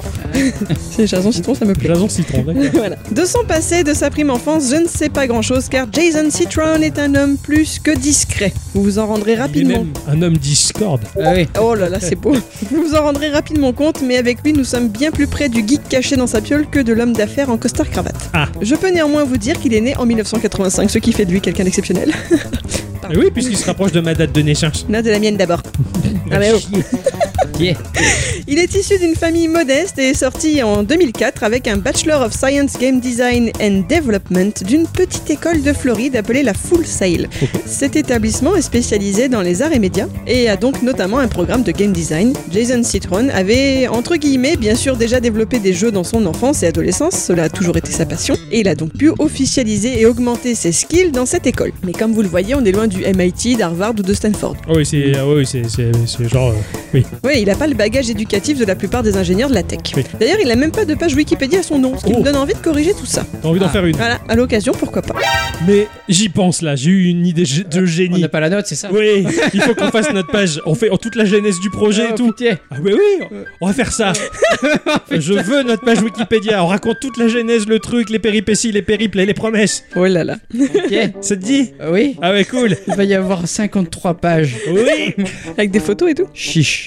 c'est Jason Citron, ça me plaît. Jason Citron, d'accord. Voilà. De son passé, de sa prime enfance, je ne sais pas grand chose car Jason Citron est un homme plus que discret. Vous vous en rendrez Il est rapidement. même un homme Discord. Ah oui. Oh là là, c'est beau. Vous vous en rendrez rapidement compte, mais avec lui, nous sommes bien plus près du geek caché dans sa piole que de l'homme d'affaires en costard cravate. Ah. Je peux néanmoins vous dire qu'il est né en 1985, ce qui fait de lui quelqu'un d'exceptionnel. Et oui, puisqu'il se rapproche de ma date de naissance. Non, de la mienne d'abord. Ah mais oh. Yeah. Il est issu d'une famille modeste et est sorti en 2004 avec un Bachelor of Science Game Design and Development d'une petite école de Floride appelée la Full Sail. Cet établissement est spécialisé dans les arts et médias et a donc notamment un programme de game design. Jason Citron avait, entre guillemets, bien sûr déjà développé des jeux dans son enfance et adolescence, cela a toujours été sa passion, et il a donc pu officialiser et augmenter ses skills dans cette école. Mais comme vous le voyez, on est loin du MIT, d'Harvard ou de Stanford. Ah oui, c'est ah oui, c'est- c'est- c'est genre. euh, Oui, il n'a pas le bagage éducatif de la plupart des ingénieurs de la tech. Oui. D'ailleurs, il n'a même pas de page Wikipédia à son nom, ce qui Oh. me donne envie de corriger tout ça. T'as envie d'en Ah. faire une. Voilà, à l'occasion, pourquoi pas. Mais j'y pense là, j'ai eu une idée gé- de On génie. n'a pas la note, c'est ça Oui, il faut qu'on fasse notre page. On fait en toute la genèse du projet et Ah, tout. putain. Ah oui, Euh. oui, on va faire ça. Je veux notre page Wikipédia. On raconte toute la genèse, le truc, les péripéties, les périples et les promesses. Oh là là. Ok. Ça te dit Ah Oui, Ah ouais, cool. il va y avoir 53 pages. Oui. Avec des photos et tout. Chiche.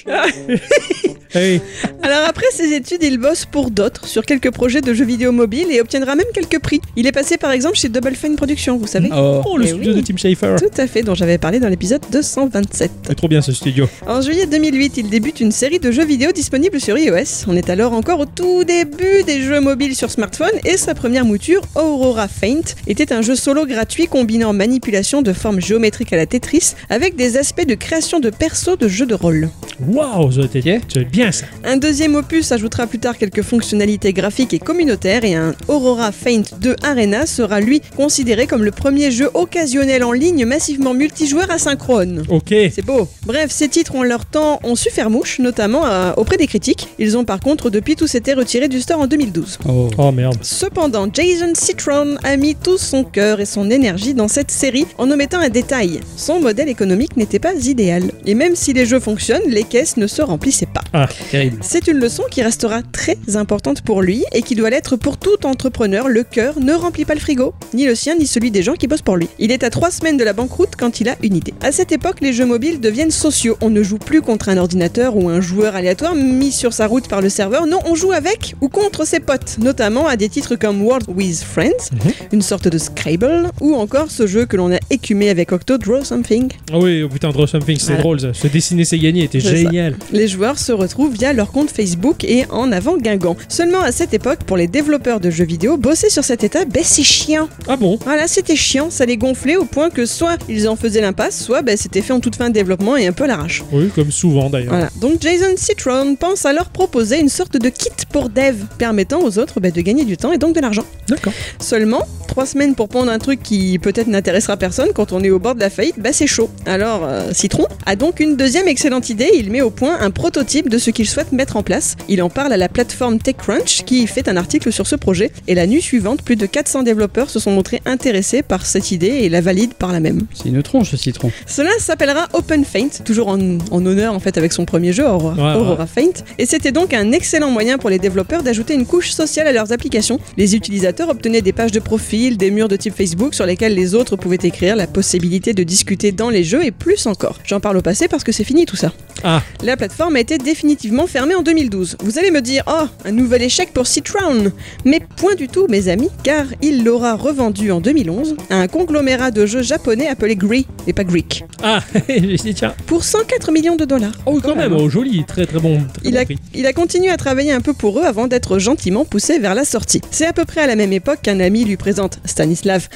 Ah oui. Alors après ses études, il bosse pour d'autres sur quelques projets de jeux vidéo mobiles et obtiendra même quelques prix. Il est passé par exemple chez Double Fine Productions, vous savez Oh. Oh, le Eh studio oui. de Tim Schafer. Tout à fait, dont j'avais parlé dans l'épisode 227. C'est trop bien ce studio. En juillet 2008, il débute une série de jeux vidéo disponibles sur iOS. On est alors encore au tout début des jeux mobiles sur smartphone et sa première mouture, Aurora Faint, était un jeu solo gratuit combinant manipulation de formes géométriques à la Tetris avec des aspects de création de persos de jeux de rôle. Waouh, ça t'es- Ok. c'est bien ça. Un deuxième opus ajoutera plus tard quelques fonctionnalités graphiques et communautaires et un Aurora Faint 2 Arena sera lui considéré comme le premier jeu occasionnel en ligne massivement multijoueur asynchrone. Ok. C'est beau. Bref, ces titres en leur temps ont su faire mouche, notamment euh, auprès des critiques. Ils ont par contre depuis tous été retirés du store en 2012. Oh. Oh merde. Cependant, Jason Citron a mis tout son cœur et son énergie dans cette série en omettant un détail. Son modèle économique n'était pas idéal. Et même si les jeux fonctionnent, les caisses ne se remplissaient pas. Terrible. C'est une leçon qui restera très importante pour lui et qui doit l'être pour tout entrepreneur. Le cœur ne remplit pas le frigo, ni le sien, ni celui des gens qui bossent pour lui. Il est à trois semaines de la banqueroute quand il a une idée. À cette époque, les jeux mobiles deviennent sociaux. On ne joue plus contre un ordinateur ou un joueur aléatoire mis sur sa route par le serveur. Non, on joue avec ou contre ses potes, notamment à des titres comme World with Friends, Mhm. une sorte de Scrabble, ou encore ce jeu que l'on a écumé avec Octo Draw Something. Ah oui, oh putain, Draw Something, c'est Voilà. drôle ça. Se dessiner, c'est gagner, était C'est ça. génial. Les joueurs se retrouvent via leur compte Facebook et en avant Guingamp. Seulement à cette époque, pour les développeurs de jeux vidéo, bosser sur cet état, ben c'est chiant. Ah bon Voilà, c'était chiant, ça les gonflait au point que soit ils en faisaient l'impasse, soit ben, c'était fait en toute fin de développement et un peu à l'arrache. Oui, comme souvent d'ailleurs. Voilà. Donc Jason Citron pense à leur proposer une sorte de kit pour dev, permettant aux autres ben, de gagner du temps et donc de l'argent. D'accord. Seulement, trois semaines pour pondre un truc qui peut-être n'intéressera personne quand on est au bord de la faillite, bah c'est chaud. Alors, euh, Citron a donc une deuxième excellente idée, il met au point un prototype de ce qu'il souhaite mettre en place. Il en parle à la plateforme TechCrunch qui fait un article sur ce projet, et la nuit suivante, plus de 400 développeurs se sont montrés intéressés par cette idée et la valident par la même. C'est une tronche, ce citron. Cela s'appellera Open Faint, toujours en, en honneur en fait avec son premier jeu, Aurora, Ouais, ouais. Aurora Faint. Et c'était donc un excellent moyen pour les développeurs d'ajouter une couche sociale à leurs applications. Les utilisateurs obtenaient des pages de profil, des murs de type Facebook sur lesquels les autres pouvaient écrire, la possibilité de discuter dans les jeux et plus encore. J'en parle au passé parce que c'est fini tout ça. Ah. La plateforme a été définitivement fermée en 2000. 2012. Vous allez me dire, oh, un nouvel échec pour Citroën. Mais point du tout, mes amis, car il l'aura revendu en 2011 à un conglomérat de jeux japonais appelé Gree, et pas Greek, Ah, j'ai dit tiens. pour 104 millions de dollars. Oh, quand même, oh, joli, très très bon. Très Il bon a, prix. il a continué à travailler un peu pour eux avant d'être gentiment poussé vers la sortie. C'est à peu près à la même époque qu'un ami lui présente Stanislav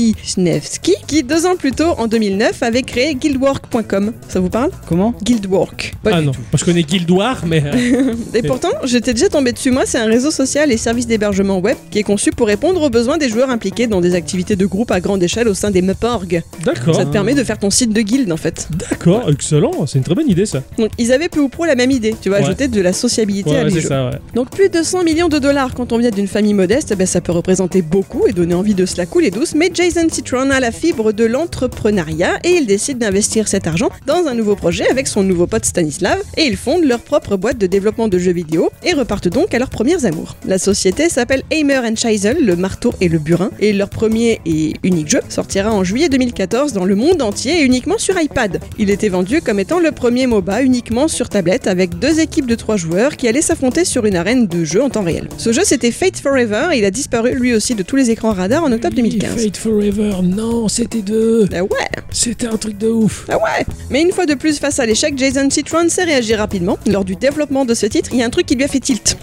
Wisniewski, qui deux ans plus tôt, en 2009, avait créé guildwork.com. Ça vous parle Comment Guildwork. ah du non, moi, je connais Guildoir, mais. euh, Et pourtant, j'étais déjà tombé dessus. Moi, c'est un réseau social et service d'hébergement web qui est conçu pour répondre aux besoins des joueurs impliqués dans des activités de groupe à grande échelle au sein des E MEPORG. D'accord. Ça te permet de faire ton site de guild en fait. D'accord, excellent, c'est une très bonne idée ça. Donc, ils avaient peu ou pro la même idée. Tu vas Ouais. ajouter de la sociabilité Ouais, à ouais, c'est l'e-jeu. ça, ouais. Donc plus de 100 millions de dollars quand on vient d'une famille modeste, ben, ça peut représenter beaucoup et donner envie de se la couler douce, mais Jason Citron a la fibre de l'entrepreneuriat et il décide d'investir cet argent dans un nouveau projet avec son nouveau pote Stanislav et ils fondent leur propre boîte de développement de jeux vidéo et repartent donc à leurs premiers amours. La société s'appelle Aimer and Scheisel, le marteau et le burin, et leur premier et unique jeu sortira en juillet 2014 dans le monde entier et uniquement sur iPad. Il était vendu comme étant le premier MOBA uniquement sur tablette avec deux équipes de trois joueurs qui allaient s'affronter sur une arène de jeu en temps réel. Ce jeu c'était Fate Forever et il a disparu lui aussi de tous les écrans radars en octobre 2015. Fate Forever, non, c'était deux. Ah ouais, C'était un truc de ouf. ah ouais Mais une fois de plus face à l'échec, Jason Citron sait réagir rapidement. Lors du développement de ce titre, il y a un truc qui lui a fait tilt.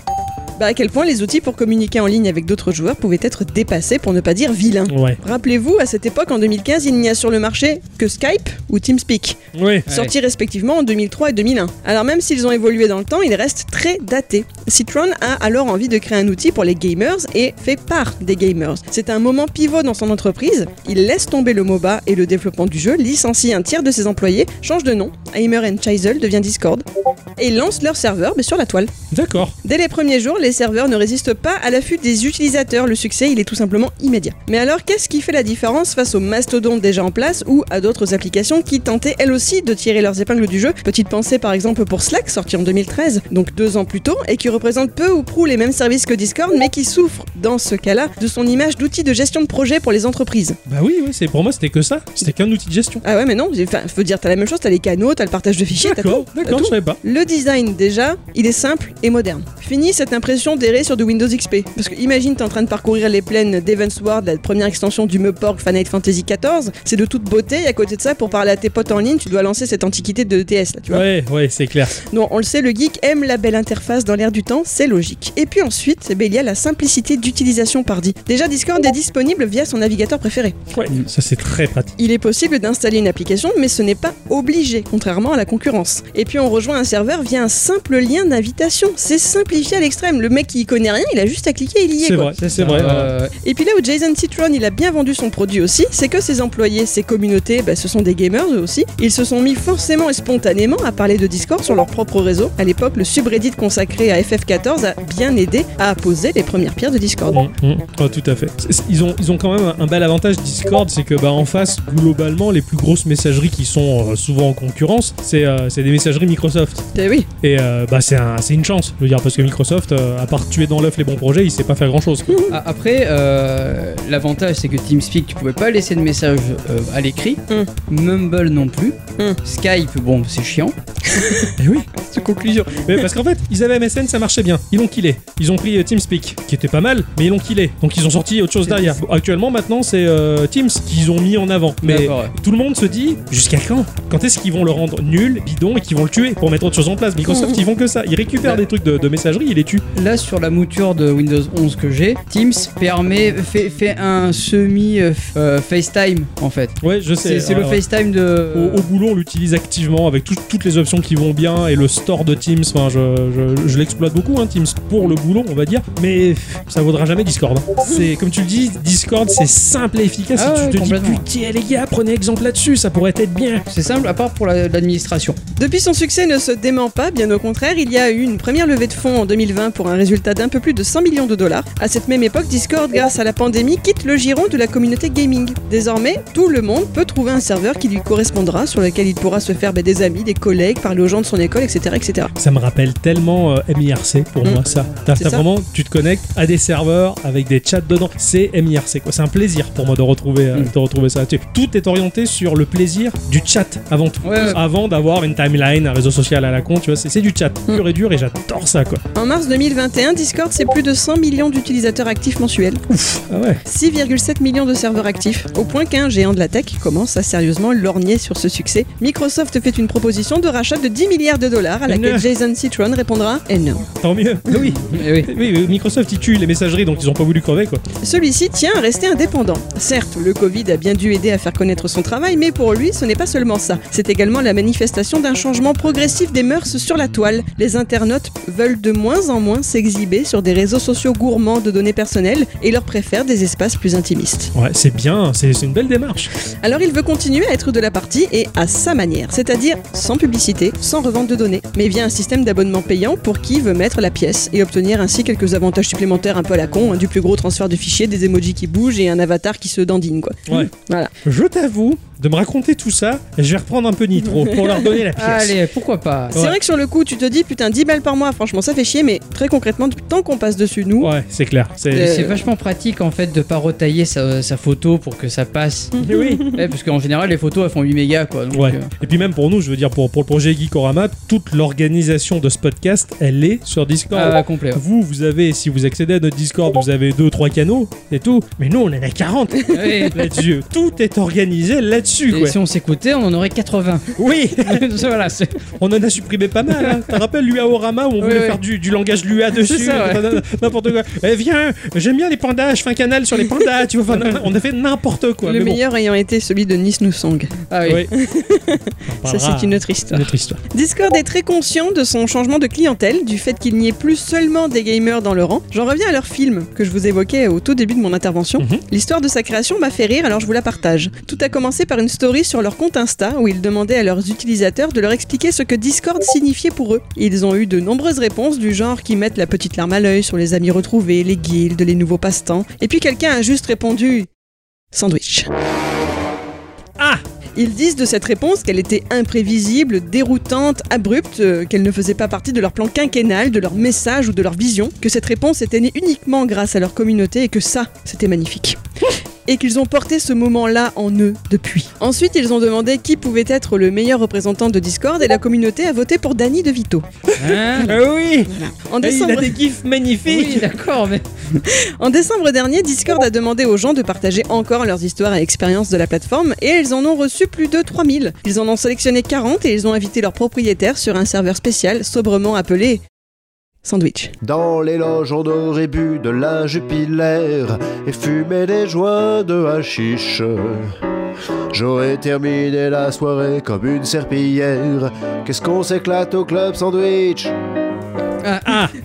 Bah à quel point les outils pour communiquer en ligne avec d'autres joueurs pouvaient être dépassés pour ne pas dire vilains. Ouais. Rappelez-vous, à cette époque, en 2015, il n'y a sur le marché que Skype ou TeamSpeak, Ouais. sortis respectivement en 2003 et 2001. Alors même s'ils ont évolué dans le temps, ils restent très datés. Citron a alors envie de créer un outil pour les gamers et fait part des gamers. C'est un moment pivot dans son entreprise. Il laisse tomber le MOBA et le développement du jeu, licencie un tiers de ses employés, change de nom, Aimer and Chisel devient Discord, et lance leur serveur mais sur la toile. D'accord. Dès les premiers jours, les serveurs ne résistent pas à l'affût des utilisateurs. Le succès, il est tout simplement immédiat. Mais alors, qu'est-ce qui fait la différence face aux mastodontes déjà en place ou à d'autres applications qui tentaient elles aussi de tirer leurs épingles du jeu Petite pensée par exemple pour Slack, sorti en 2013, donc deux ans plus tôt, et qui représente peu ou prou les mêmes services que Discord, mais qui souffre, dans ce cas-là, de son image d'outil de gestion de projet pour les entreprises. Bah oui, oui, c'est pour moi, c'était que ça. C'était qu'un outil de gestion. Ah ouais, mais non, j'ai- enfin, faut dire, t'as la même chose, t'as les canaux, t'as le partage de fichiers, t'as D'accord, tout. t'as d'accord, tout. je savais pas. Le design déjà, il est simple et moderne. Fini cette impression d'errer sur du Windows XP. Parce que imagine t'es en train de parcourir les plaines d'Evansward, la première extension du Meuporg Fanate Fantasy XIV, c'est de toute beauté et à côté de ça pour parler à tes potes en ligne tu dois lancer cette antiquité de TS là tu vois. Ouais, ouais, c'est clair. Non, on le sait, le geek aime la belle interface dans l'air du temps, c'est logique. Et puis ensuite, eh ben, il y a la simplicité d'utilisation par dit. Déjà Discord est disponible via son navigateur préféré. Ouais, Mm. ça c'est très pratique. Il est possible d'installer une application, mais ce n'est pas obligé, contrairement à la concurrence. Et puis on rejoint un serveur via un simple lien d'invitation. C'est simplifié à l'extrême. Le mec qui y connaît rien, il a juste à cliquer et il y est. C'est quoi. vrai, c'est vrai. Euh, Et puis là où Jason Citron il a bien vendu son produit aussi, c'est que ses employés, ses communautés, bah, ce sont des gamers eux aussi. Ils se sont mis forcément et spontanément à parler de Discord sur leur propre réseau. À l'époque, le subreddit consacré à FF14 a bien aidé à poser les premières pierres de Discord. Mm, mm. Ah, tout à fait. C'est- c'est- Ils ont, ils ont quand même un bel avantage Discord, c'est que bah, en face, globalement, les plus grosses messageries qui sont euh, souvent en concurrence, c'est euh, c'est des messageries Microsoft. Eh oui. Et euh, bah, c'est un- c'est une chance, je veux dire, parce que Microsoft, euh, à part tuer dans l'œuf les bons projets, il sait pas faire grand chose. a- après, euh, l'avantage c'est que TeamSpeak, tu pouvais pas laisser de message euh, à l'écrit. Mumble non plus. Mm. Skype, bon, c'est chiant. Et oui, conclusion. Mais parce qu'en fait, ils avaient MSN, ça marchait bien. Ils l'ont killé. Ils ont pris euh, TeamSpeak, qui était pas mal, mais ils l'ont killé. Donc ils ont sorti autre chose derrière. Bon, Actuellement, maintenant, c'est euh, Teams qu'ils ont mis en avant. Mais D'accord, ouais. tout le monde se dit, jusqu'à quand Quand est-ce qu'ils vont le rendre nul, bidon, et qu'ils vont le tuer pour mettre autre chose en place Microsoft, ils font que ça. Ils récupèrent des trucs de, de messagerie, ils les tuent. Là, sur la mouture de Windows 11 que j'ai, Teams permet, fait, fait un semi euh, f- euh, FaceTime en fait. Ouais, je sais. C'est c'est le Ouais, ouais. FaceTime de. Au, au boulot, on l'utilise activement avec tout- toutes les options qui vont bien et le store de Teams. Enfin, je, je- je l'exploite beaucoup, hein, Teams, pour le boulot, on va dire. Mais pff, ça vaudra jamais Discord. hein. C'est comme tu le dis, Discord, c'est simple et efficace. et Ah tu ouais, te dis, complètement. putain, les gars, prenez exemple là-dessus, ça pourrait être bien. C'est simple, à part pour la- l'administration. Depuis son succès ne se dément pas, bien au contraire, il y a eu une première levée de fonds en 2020 pour un résultat d'un peu plus de 100 millions de dollars. À cette même époque, Discord, grâce à la pandémie, quitte le giron de la communauté gaming. Désormais, tout le monde peut trouver un serveur qui lui correspondra, sur lequel il pourra se faire ben, des amis, des collègues, parler aux gens de son école, etc. etc. Ça me rappelle tellement euh, MIRC pour Mm. moi ça. T'as C'est t'as ça. vraiment, tu te connectes à des serveurs avec des chats dedans. C'est MIRC quoi. C'est un plaisir pour moi de retrouver, euh, Mm. de retrouver ça. Tu- Tout est orienté sur le plaisir du chat avant tout. Ouais, ouais. Avant d'avoir une timeline, un réseau social à la con, tu vois, c'est c'est du chat Mm. pur et dur et j'adore ça quoi. En mars 2021, Discord, c'est plus de 100 millions d'utilisateurs actifs mensuels. Ah ouais. 6,7 millions de serveurs actifs, au point qu'un géant de la tech commence à sérieusement lorgner sur ce succès. Microsoft fait une proposition de rachat de 10 milliards de dollars à laquelle Non. Jason Citron répondra Eh non. Tant mieux. Ah oui. Eh oui. Oui, oui, Microsoft ils tuent les messageries donc ils ont pas voulu crever quoi. Celui-ci tient à rester indépendant. Certes, le Covid a bien dû aider à faire connaître son travail, mais pour lui, ce n'est pas seulement ça. C'est également la manifestation d'un changement progressif des mœurs sur la toile. Les internautes veulent de moins en moins s'exhiber sur des réseaux sociaux gourmands de données personnelles et leur préfèrent des espaces plus intimistes. Ouais, c'est bien, c'est c'est une belle démarche. Alors il veut continuer à être de la partie et à sa manière, c'est-à-dire sans publicité, sans revente de données, mais via un système d'abonnement payant pour qui veut mettre la pièce et obtenir ainsi quelques avantages supplémentaires un peu à la con, hein, du plus gros transfert de fichiers, des emojis qui bougent et un avatar qui se dandine quoi. Ouais. Voilà. Je t'avoue de me raconter tout ça et je vais reprendre un peu Nitro pour leur donner la pièce. Allez, pourquoi pas C'est Ouais. vrai que sur le coup, tu te dis putain 10 balles par mois, franchement ça fait chier, mais très concrètement, depuis tant qu'on passe dessus nous, Ouais, c'est clair. Euh, C'est C'est vachement pratique en fait de pas retailler sa, sa photo pour que ça passe. Mais oui. Ouais, parce qu'en général, les photos elles font 8 mégas quoi. donc, Ouais. euh, Et puis même pour nous, je veux dire, pour, pour le projet Geekorama, toute l'organisation de ce podcast, elle est sur Discord. ah, complet. ouais. Vous, vous avez, si vous accédez à notre Discord, vous avez deux, trois canaux, c'est tout. Mais nous, on en a 40 Ouais. là-dessus. Tout est organisé là-dessus, Et quoi. si on s'écoutait, on en aurait 80. Oui, voilà, c'est on en a supprimé pas mal. Hein. T'as rappelles l'UAorama où on Oui, voulait oui. faire du, du langage l'UA dessus C'est ça, N'importe quoi. Eh, viens, j'aime bien les pandas, je fais un canal sur les pandas, tu vois. Enfin, on a fait n'importe quoi. le mais bon. meilleur ayant été celui de Nice Noussang. ah, oui. Oui. On Ça parlera c'est une autre histoire. d'une autre histoire. Discord est très conscient de son changement de clientèle, du fait qu'il n'y ait plus seulement des gamers dans le rang. J'en reviens à leur film que je vous évoquais au tout début de mon intervention. Mhm. L'histoire de sa création m'a fait rire, alors je vous la partage. Tout a commencé par une story sur leur compte Insta où ils demandaient à leurs utilisateurs de leur expliquer ce que Discord signifiait pour eux. Ils ont eu de nombreuses réponses du genre qui mettent la petite larme à l'œil sur les amis retrouvés, les guildes, les nouveaux passe-temps. Et puis quelqu'un a juste répondu Sandwich. Ah Ils disent de cette réponse qu'elle était imprévisible, déroutante, abrupte, euh, qu'elle ne faisait pas partie de leur plan quinquennal, de leur message ou de leur vision, que cette réponse était née uniquement grâce à leur communauté et que ça, c'était magnifique. Et qu'ils ont porté ce moment-là en eux depuis. Ensuite, ils ont demandé qui pouvait être le meilleur représentant de Discord et la communauté a voté pour Danny DeVito. Hein Ah oui En Et décembre, des gifs oui, d'accord, mais en décembre dernier, Discord a demandé aux gens de partager encore leurs histoires et expériences de la plateforme et ils en ont reçu plus de 3000. Ils en ont sélectionné 40 et ils ont invité leurs propriétaires sur un serveur spécial sobrement appelé Sandwich. Dans les loges, on aurait bu de la jupilaire et fumé des joints de hashish. J'aurais terminé la soirée comme une serpillière. Qu'est-ce qu'on s'éclate au club sandwich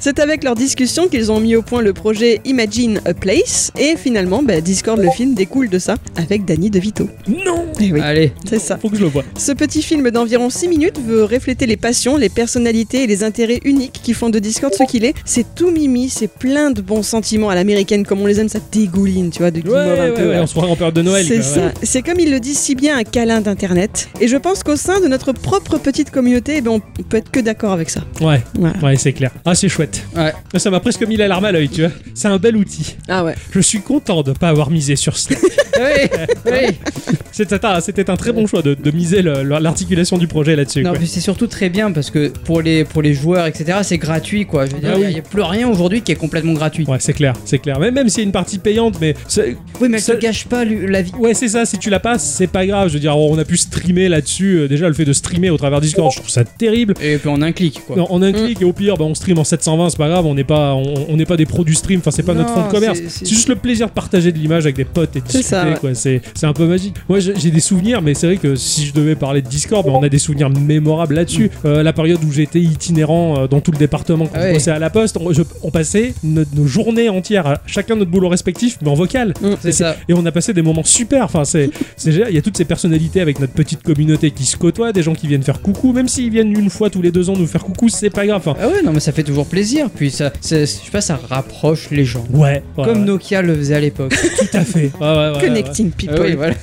C'est avec leur discussion qu'ils ont mis au point le projet Imagine a Place et finalement, bah, Discord le film découle de ça avec Danny DeVito. Non Eh oui, allez. c'est ça. Faut que je le vois. Ce petit film d'environ 6 minutes veut refléter les passions, les personnalités et les intérêts uniques qui font de Discord ce qu'il est. C'est tout mimi, c'est plein de bons sentiments à l'américaine comme on les aime, ça dégouline, tu vois, de Ouais, guimauve un ouais, peu. ouais, on se croirait en période de Noël. C'est quoi, ça. ouais. C'est comme il le dit si bien, un câlin d'internet. Et je pense qu'au sein de notre propre petite communauté, eh ben, on on peut être que d'accord avec ça. Ouais, Voilà. ouais, c'est clair. Ah, c'est chouette. Ouais. Ça m'a presque mis la larme à l'œil, tu vois. C'est un bel outil. Ah ouais. Je suis content de pas avoir misé sur Slack. Oui, oui. C'était un, c'était un très bon choix de, de miser le- le- l'articulation du projet là-dessus. Non, quoi. mais c'est surtout très bien parce que pour les, pour les joueurs, etc., c'est gratuit quoi. Je veux dire, Ah il oui. n'y a plus rien aujourd'hui qui est complètement gratuit. Ouais, c'est clair, c'est clair. Mais même s'il y a une partie payante, mais c'est- Oui, mais elle Ça- te gâche pas lui- la vie. ouais, c'est ça. Si tu la passes, c'est pas grave. Je veux dire, on a pu streamer là-dessus. Euh, Déjà, le fait de streamer au travers Discord, je trouve ça terrible. Et puis en un clic quoi. En, en un Mm. clic et au pire, bah, on stream en 720, c'est pas grave. On n'est pas, on, on n'est pas des pros du stream. Enfin, c'est pas notre Non, fond de commerce. c'est- c'est- C'est juste le plaisir de partager de l'image avec des potes et de C'est discuter. ça, ouais. quoi. C'est, c'est un peu magique. Moi, je- je- j'ai des souvenirs, mais c'est vrai que si je devais parler de Discord, ben, on a des souvenirs mémorables là-dessus. Euh, la période où j'étais itinérant euh, dans tout le département quand Mm. Ah je ouais. bossais à la poste, on, je- on passait nos, nos journées entières, à chacun notre boulot respectif, mais en vocal. C'est ça. Et on a passé des moments super. Enfin, c'est, c'est génial. Il y a toutes ces personnalités avec notre petite communauté qui se côtoient, des gens qui viennent faire coucou, même s'ils viennent une fois tous les deux ans nous faire coucou, c'est pas grave. Enfin, Ah ouais, non, mais ça fait toujours plaisir. Puis ça, ça- je sais pas, ça rapproche les gens. ouais, ouais, Comme ouais, Nokia le faisait à l'époque. tout à fait. Ouais, ouais, ouais, ouais. Connecting people. Ah oui, voilà.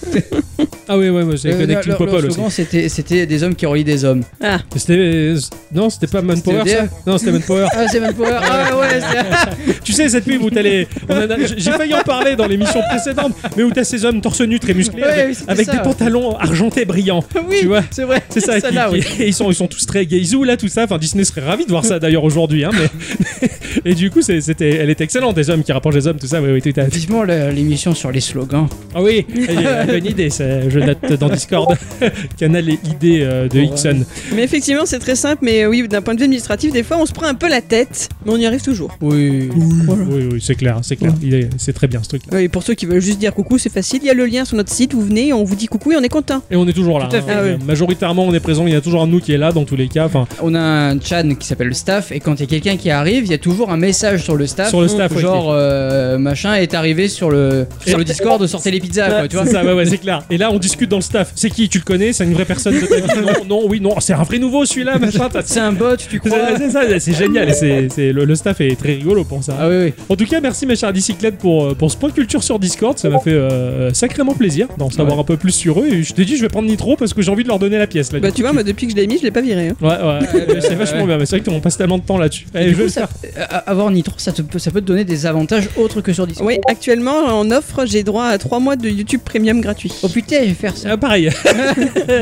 Ah oui, ouais, ouais, c'est Euh, Connecting leur- leur People aussi. slogan, c'était, c'était des hommes qui relient des hommes. Ah, C'était. Non, c'était pas Manpower C'était ça EDF. Non, c'était Manpower. Ah, c'est Manpower. Ah ouais, c'est... tu sais, cette pub où t'as les. on en a- J'ai failli en parler dans l'émission précédente, mais où t'as ces hommes torse nu très musclés Ouais, oui, avec, c'était avec ça. des pantalons argentés brillants. oui, Tu vois c'est vrai. C'est ça, qui- là, qui- oui. et ils sont, ils sont tous très gaysous là, tout ça. Enfin, Disney serait ravi de voir ça d'ailleurs aujourd'hui. Hein, mais- et du coup, c'est- c'était, elle était excellente, des hommes qui rapprochent des hommes, tout ça. Oui, oui, tout à fait. Vivement la- l'émission sur les slogans. Ah oui, euh, bonne idée, ça, je note dans Discord. Canal et idée euh, de Hickson. mais effectivement, c'est très simple, mais oui, d'un point de vue administratif, des fois, on se prend un peu la tête, mais on y arrive toujours. Oui. Oui, oui, c'est clair, c'est clair. Il est- c'est très bien ce truc-là. Et pour ceux qui veulent juste dire coucou, c'est facile. Il y a le lien sur notre site, vous venez, on vous dit coucou et on est content. Et on est toujours là. Tout à fait. hein. Ah ouais. Majoritairement, on est présent. Il y a toujours un de nous qui est là dans tous les cas. Enfin, On a un chan qui s'appelle le staff et quand il y a quelqu'un qui arrive, il y a toujours un message sur le staff. Sur le staff, ouais, genre euh, machin est arrivé sur le sur Et- le Discord de sortir les pizzas quoi, tu vois. c'est ça, ouais, ouais, c'est clair. Et là, on discute dans le staff. C'est qui Tu le connais C'est une vraie personne de ta vie Non, non, oui, non. C'est un vrai nouveau celui-là, machin. t'as- C'est un bot, tu crois C'est c'est ça, c'est génial. et c'est- c'est- le, le staff est très rigolo pour ça. Ah oui oui. En tout cas, merci mes chers bicyclettes pour, euh, pour ce point culture sur Discord. Ça m'a fait euh, sacrément plaisir d'en savoir un peu plus sur eux. Et je t'ai dit, je vais prendre Nitro parce que j'ai envie de leur donner la pièce. Là, Bah, tu vois, moi, depuis que je l'ai mis, je l'ai pas viré. hein. Ouais, ouais, c'est ouais, vachement ouais. bien, mais c'est vrai qu'on passe tellement de temps là-dessus. Allez, Du Eh, je vais coup, le ça- faire. euh, avoir Nitro, ça te peut, ça peut te donner des avantages autres que sur Discord. Oui, actuellement, en offre, j'ai droit à 3 mois de YouTube Premium gratuit. Oh putain, je vais faire ça. Ah, pareil.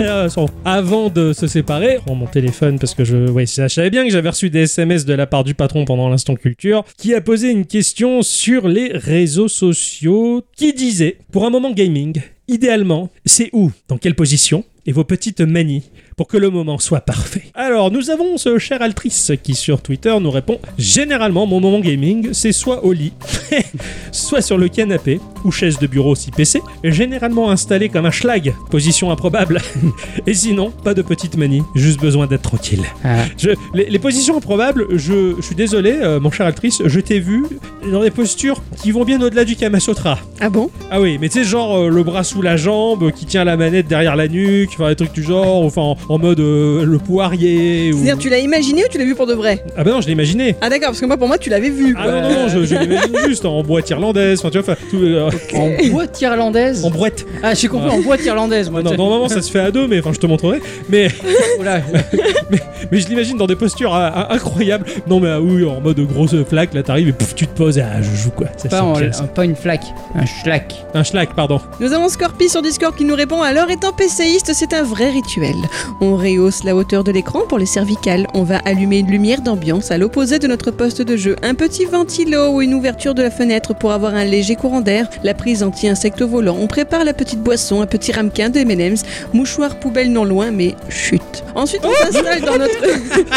Ah, son. Avant de se séparer, prends mon téléphone parce que je, ouais, ça, je savais bien que j'avais reçu des SMS de la part du patron pendant l'instant culture, qui a posé une question sur les réseaux sociaux, qui disait, pour un moment gaming, idéalement, c'est où, dans quelle position, et vos petites manies pour que le moment soit parfait. Alors, nous avons ce cher Altrice qui sur Twitter nous répond Généralement, mon moment gaming, c'est soit au lit, soit sur le canapé, ou chaise de bureau si PC, généralement installé comme un schlag, position improbable. Et sinon, pas de petite manie, juste besoin d'être tranquille. Ah. Je- les, les positions improbables, je, je suis désolé, euh, mon cher Altrice, je t'ai vu dans des postures qui vont bien au-delà du Kamasotra. Ah bon Ah oui, mais tu sais, genre euh, le bras sous la jambe, euh, qui tient la manette derrière la nuque, enfin des trucs du genre, enfin en, en mode euh, le poirier. Ou... C'est-à-dire, tu l'as imaginé ou tu l'as vu pour de vrai Ah bah non, je l'imaginais. Ah d'accord, parce que moi, pour moi, tu l'avais vu. Ah quoi. non, non, non, je, je l'imagine juste en boîte irlandaise, enfin tu vois, enfin, tout, euh, En boîte irlandaise en boîte. Ah, j'ai compris, en boîte irlandaise moi. Ah Non, normalement ça se fait à deux, mais enfin je te montrerai. Mais, Oula. mais je l'imagine dans des postures ah, ah, incroyables. Non, mais ah oui, en mode grosse flaque, là t'arrives et pouf, tu te poses et ah, je joue quoi. Ça, pas, en- c'est classe. pas une flaque, un schlack. Un schlag, pardon. Nous avons Scorpi sur Discord qui nous répond alors étant PCiste, c'est un vrai rituel. On rehausse la hauteur de l'écran pour les cervicales. On va allumer une lumière d'ambiance à l'opposé de notre poste de jeu, un petit ventilo ou une ouverture de la fenêtre pour avoir un léger courant d'air, la prise anti-insecte volant. On prépare la petite boisson, un petit ramequin de M&M's, mouchoir poubelle non loin mais chut. Ensuite, on s'installe dans notre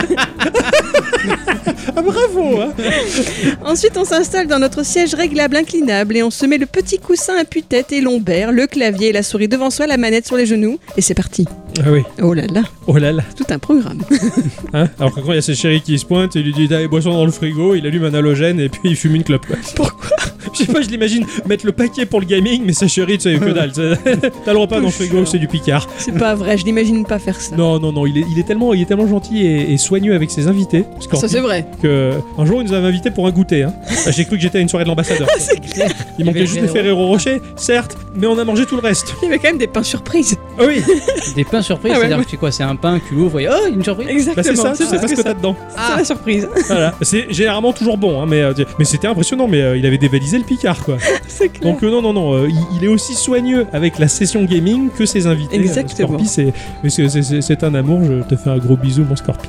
Ah bravo hein. Ensuite, on s'installe dans notre siège réglable inclinable et on se met le petit coussin à tête et lombaire, le clavier et la souris devant soi, la manette sur les genoux et c'est parti. Ah oui, Oh là là, oh là là. tout un programme. Hein Alors que quand il y a ses chéris qui se pointent, il lui dit t'as les boissons dans le frigo, il allume un halogène et puis il fume une clope. Pourquoi Je sais pas, je l'imagine mettre le paquet pour le gaming, mais ses chéris, tu sais, que dalle. t'sais. T'as le repas dans le frigo, c'est du picard. C'est pas vrai, je n'imagine pas faire ça. Non, non, non, il est, il est tellement, il est tellement gentil et, et soigneux avec ses invités. Parce qu'en- Ça c'est vrai. que un jour, il nous avait invités pour un goûter. hein. Bah, J'ai cru que j'étais à une soirée de l'ambassadeur. Il manquait juste les Ferrero Rocher, certes, mais on a mangé tout le reste. Il y avait quand même des pains surprises. Ah oui, Des pains surprises, Ah ouais, c'est-à-dire ouais. que c'est quoi C'est un pain que tu l'ouvres et oh, une surprise Ah, Exactement. bah c'est ça, tu c'est sais pas ce que t'as dedans. Ah, la surprise. Voilà. C'est généralement toujours bon, hein, mais, euh, mais c'était impressionnant, mais euh, il avait dévalisé le picard, quoi. c'est clair. Donc euh, non, non, non, euh, il, il est aussi soigneux avec la session gaming que ses invités. euh, Exactement. Scorpi, c'est- mais c'est- c'est- c'est c'est un amour, je te fais un gros bisou, mon Scorpi.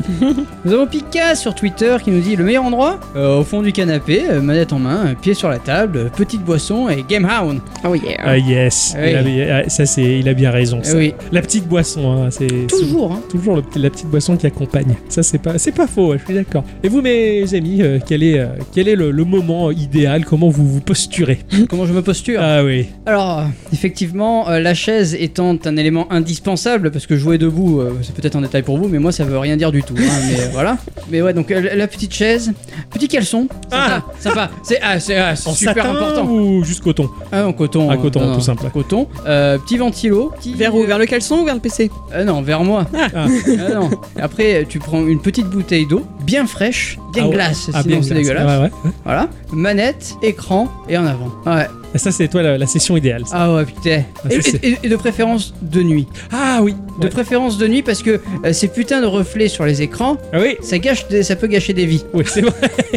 Nous avons Pika sur Twitter qui nous dit le meilleur endroit Euh, Au fond du canapé, euh, manette en main, euh, pied sur la table, euh, petite boisson et Game Hound. Oh yeah. Ah yes, Oui. il a- ah, ça c'est, il a bien raison. Eh Ça, oui. La petite boisson, hein, c'est Toujours, hein. c'est toujours le petit- la petite boisson qui accompagne. Ça, c'est pas, c'est pas faux, ouais, je suis d'accord. Et vous, mes amis, euh, quel est, euh, quel est le, le moment idéal Comment vous vous posturez Comment je me posture Ah oui. Alors, euh, effectivement, euh, la chaise étant un élément indispensable, parce que jouer debout, euh, c'est peut-être un détail pour vous, mais moi ça veut rien dire du tout. hein, mais euh, voilà. Mais ouais, donc euh, la petite chaise, petit caleçon, sympa, sympa. C'est ah, c'est- ah, c'est En super satin important. ou juste coton Ah, en coton. Ah, euh, coton, non, tout non, simple. Coton. Euh, petit ventilo. Petit, Vers où Vers le caleçon ou vers le PC Eh Euh, non, vers moi. Ah. Ah, non. Après, tu prends une petite bouteille d'eau, bien fraîche, bien Ah ouais. glace, Ah, sinon bien, c'est bien, dégueulasse. ouais, ouais. Voilà. Manette, écran et en avant. Ah Ouais. Et Ça, c'est toi la, la session idéale. ça. Ah ouais, putain. Ah, ça, Et- c'est- et- et de préférence de nuit. Ah oui. De Ouais. préférence de nuit parce que euh, ces putains de reflets sur les écrans, Ah oui. ça, gâche des- ça peut gâcher des vies. Oui, c'est vrai.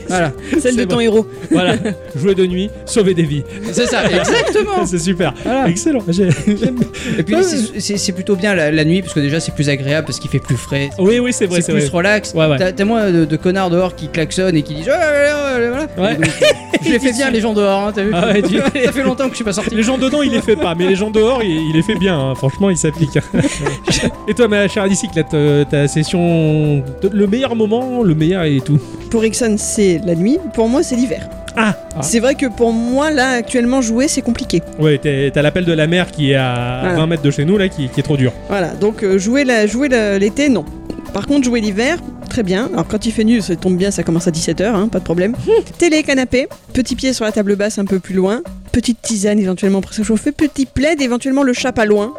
Voilà, Celle de C'est ton vrai. héros. voilà. Jouer de nuit, sauver des vies. c'est ça, exactement. c'est super. Voilà. Excellent. J'ai- j'aime bien. Et puis c'est- c'est c'est plutôt bien la, la nuit parce que déjà c'est plus agréable parce qu'il fait plus frais. Oui, oui, c'est vrai. C'est C'est plus vrai. relax. Ouais, ouais. T'as t'as moins euh, de, de connards dehors qui klaxonnent et qui disent. Ah, voilà, voilà. Ouais. Et donc, je les fais bien les gens dehors, hein, t'as vu Ah ouais, tu- Ça fait longtemps que je suis pas sorti. Les gens dedans, il les fait pas, mais les gens dehors, il, il les fait bien. hein. Franchement, il s'applique. et toi, ma chère bicyclette, euh, ta session, de- le meilleur moment, le meilleur et tout. Pour Ixon, c'est la nuit. Pour moi, c'est l'hiver. Ah, ah. C'est vrai que pour moi, là, actuellement, jouer, c'est compliqué. ouais, t'es- t'as l'appel de la mer qui est à Voilà. 20 mètres de chez nous là, qui, qui est trop dur. Voilà, donc euh, jouer la- jouer la- l'été, non. Par contre, jouer l'hiver, très bien. Alors quand il fait nu, ça tombe bien, ça commence à 17h, hein, pas de problème. Télé, canapé, petit pied sur la table basse un peu plus loin, petite tisane éventuellement pour se chauffer, petit plaid, éventuellement le chat pas loin.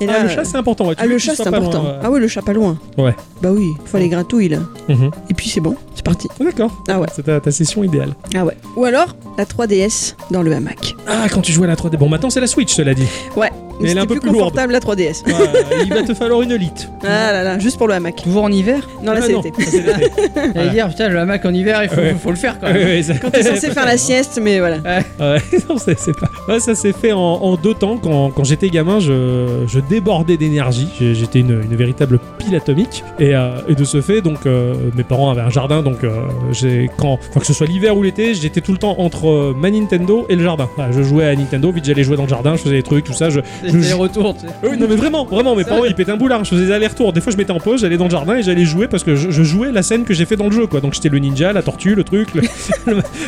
Et Ah, euh, le chat, c'est important. ouais. Tu ah, veux le qu'il chat, soit c'est pas important. loin, euh. ouais. Ah oui, le chat pas loin. Ouais. Bah oui, faut aller gratouiller là. Mhm. Et puis c'est bon, c'est parti. D'accord. Ah ouais. C'est ta, ta session idéale. Ah ouais. Ou alors la 3DS dans le hamac. Ah, quand tu joues à la 3D. Bon, maintenant c'est la Switch, cela dit. Ouais. Mais elle C'était est un peu plus, plus lourde. confortable la 3DS. Ouais, il va te falloir une lite. Ah là là, juste pour le hamac. Toujours en hiver Non, là Ah, c'est non, l'été. ça, c'est l'été. Et Hier, putain, le hamac en hiver, il faut, Ouais. faut le faire quand Ouais, même. ouais, ça- Quand t'es censé faire la sieste, mais voilà. Ouais, non, c'est c'est pas. Ouais, ça s'est fait en, en deux temps. Quand, quand j'étais gamin, je, je débordais d'énergie. J'ai- J'étais une, une véritable pile atomique. Et, euh, et de ce fait, donc, euh, mes parents avaient un jardin. Donc, euh, j'ai- quand, enfin, que ce soit l'hiver ou l'été, j'étais tout le temps entre euh, ma Nintendo et le jardin. Voilà, je jouais à Nintendo, vite j'allais jouer dans le jardin, je faisais des trucs, tout ça. Je, C'est les retours, tu sais. euh, oui, non mais vraiment, vraiment, mes parents ils pétaient un boulard, je faisais des allers-retours. Des fois je mettais en pause, j'allais dans le jardin et j'allais jouer parce que je, je jouais la scène que j'ai fait dans le jeu quoi. Donc j'étais le ninja, la tortue, le truc. Le...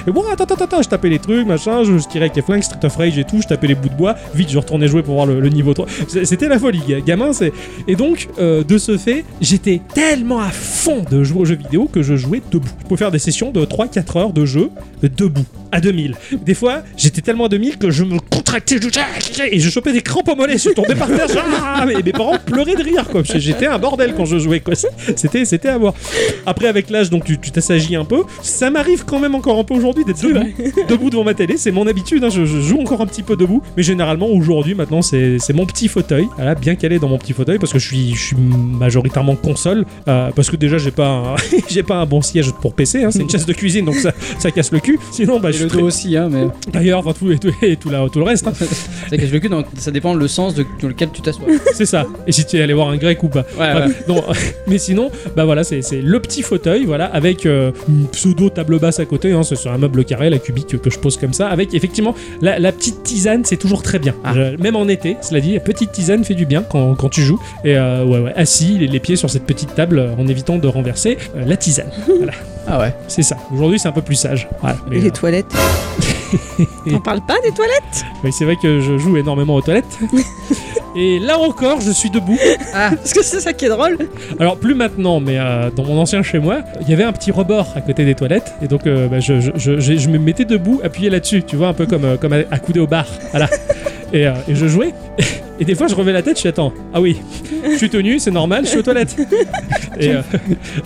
et bon, attends, attends, attends, je tapais les trucs, machin, je, je tirais avec les flingues, Street of Rage et tout, je tapais les bouts de bois. Vite je retournais jouer pour voir le, le niveau 3. C'est- C'était la folie, ga- gamin. c'est Et donc euh, de ce fait, j'étais tellement à fond de jouer aux jeux vidéo que je jouais debout. Je pouvais faire des sessions de 3-4 heures de jeu euh, debout à 2000. Des fois, j'étais tellement à 2000 que je me contractais je- et je chopais des crampes au mollet, je tombais par terre, ah, mais mes parents pleuraient de rire quoi. parce que J'étais un bordel quand je jouais quoi. C'était c'était à voir. Après avec l'âge donc tu tu t'assagis un peu. Ça m'arrive quand même encore un peu aujourd'hui d'être debout, debout devant ma télé, c'est mon habitude hein, je, je joue encore un petit peu debout, mais généralement aujourd'hui maintenant c'est c'est mon petit fauteuil, voilà, bien calé dans mon petit fauteuil parce que je suis je suis majoritairement console euh, parce que déjà j'ai pas un, j'ai pas un bon siège pour PC hein, c'est une chaise de cuisine donc ça ça casse le cul. Sinon bah Et je le suis dos aussi, hein, mais. très- d'ailleurs enfin, tout et tout et tout, la- tout le reste hein. Ça cache le cul, donc ça dépend le sens de- dans lequel tu t'assois. C'est ça. Et si tu es allé voir un grec ou pas. Ouais, ouais. Bref, Euh, non. Mais sinon, bah voilà, c'est c'est le petit fauteuil, voilà, avec euh, une pseudo table basse à côté. Hein, c'est sur un meuble carré, la cubique que je pose comme ça. Avec effectivement la, la petite tisane, c'est toujours très bien. Ah. Je- même en été, cela dit, la petite tisane fait du bien quand, quand tu joues. Et euh, ouais, ouais, assis, les, les pieds sur cette petite table euh, en évitant de renverser euh, la tisane. Ah ouais. C'est ça. Aujourd'hui, c'est un peu plus sage. Voilà. Mais, Et euh, les toilettes On parle pas des toilettes oui, c'est vrai que je joue énormément aux toilettes. Et là encore, je suis debout. Parce que c'est ça qui est drôle. Alors plus maintenant, mais euh, dans mon ancien chez moi, il y avait un petit rebord à côté des toilettes, et donc euh, bah, je, je- je- je- je me mettais debout, appuyé là-dessus, tu vois, un peu comme, euh, comme à- accoudé au bar, voilà. Et, euh, et je jouais. Et des fois, je revais la tête, je suis attends, ah oui, je suis tenu, c'est normal, je suis aux toilettes. Et, euh,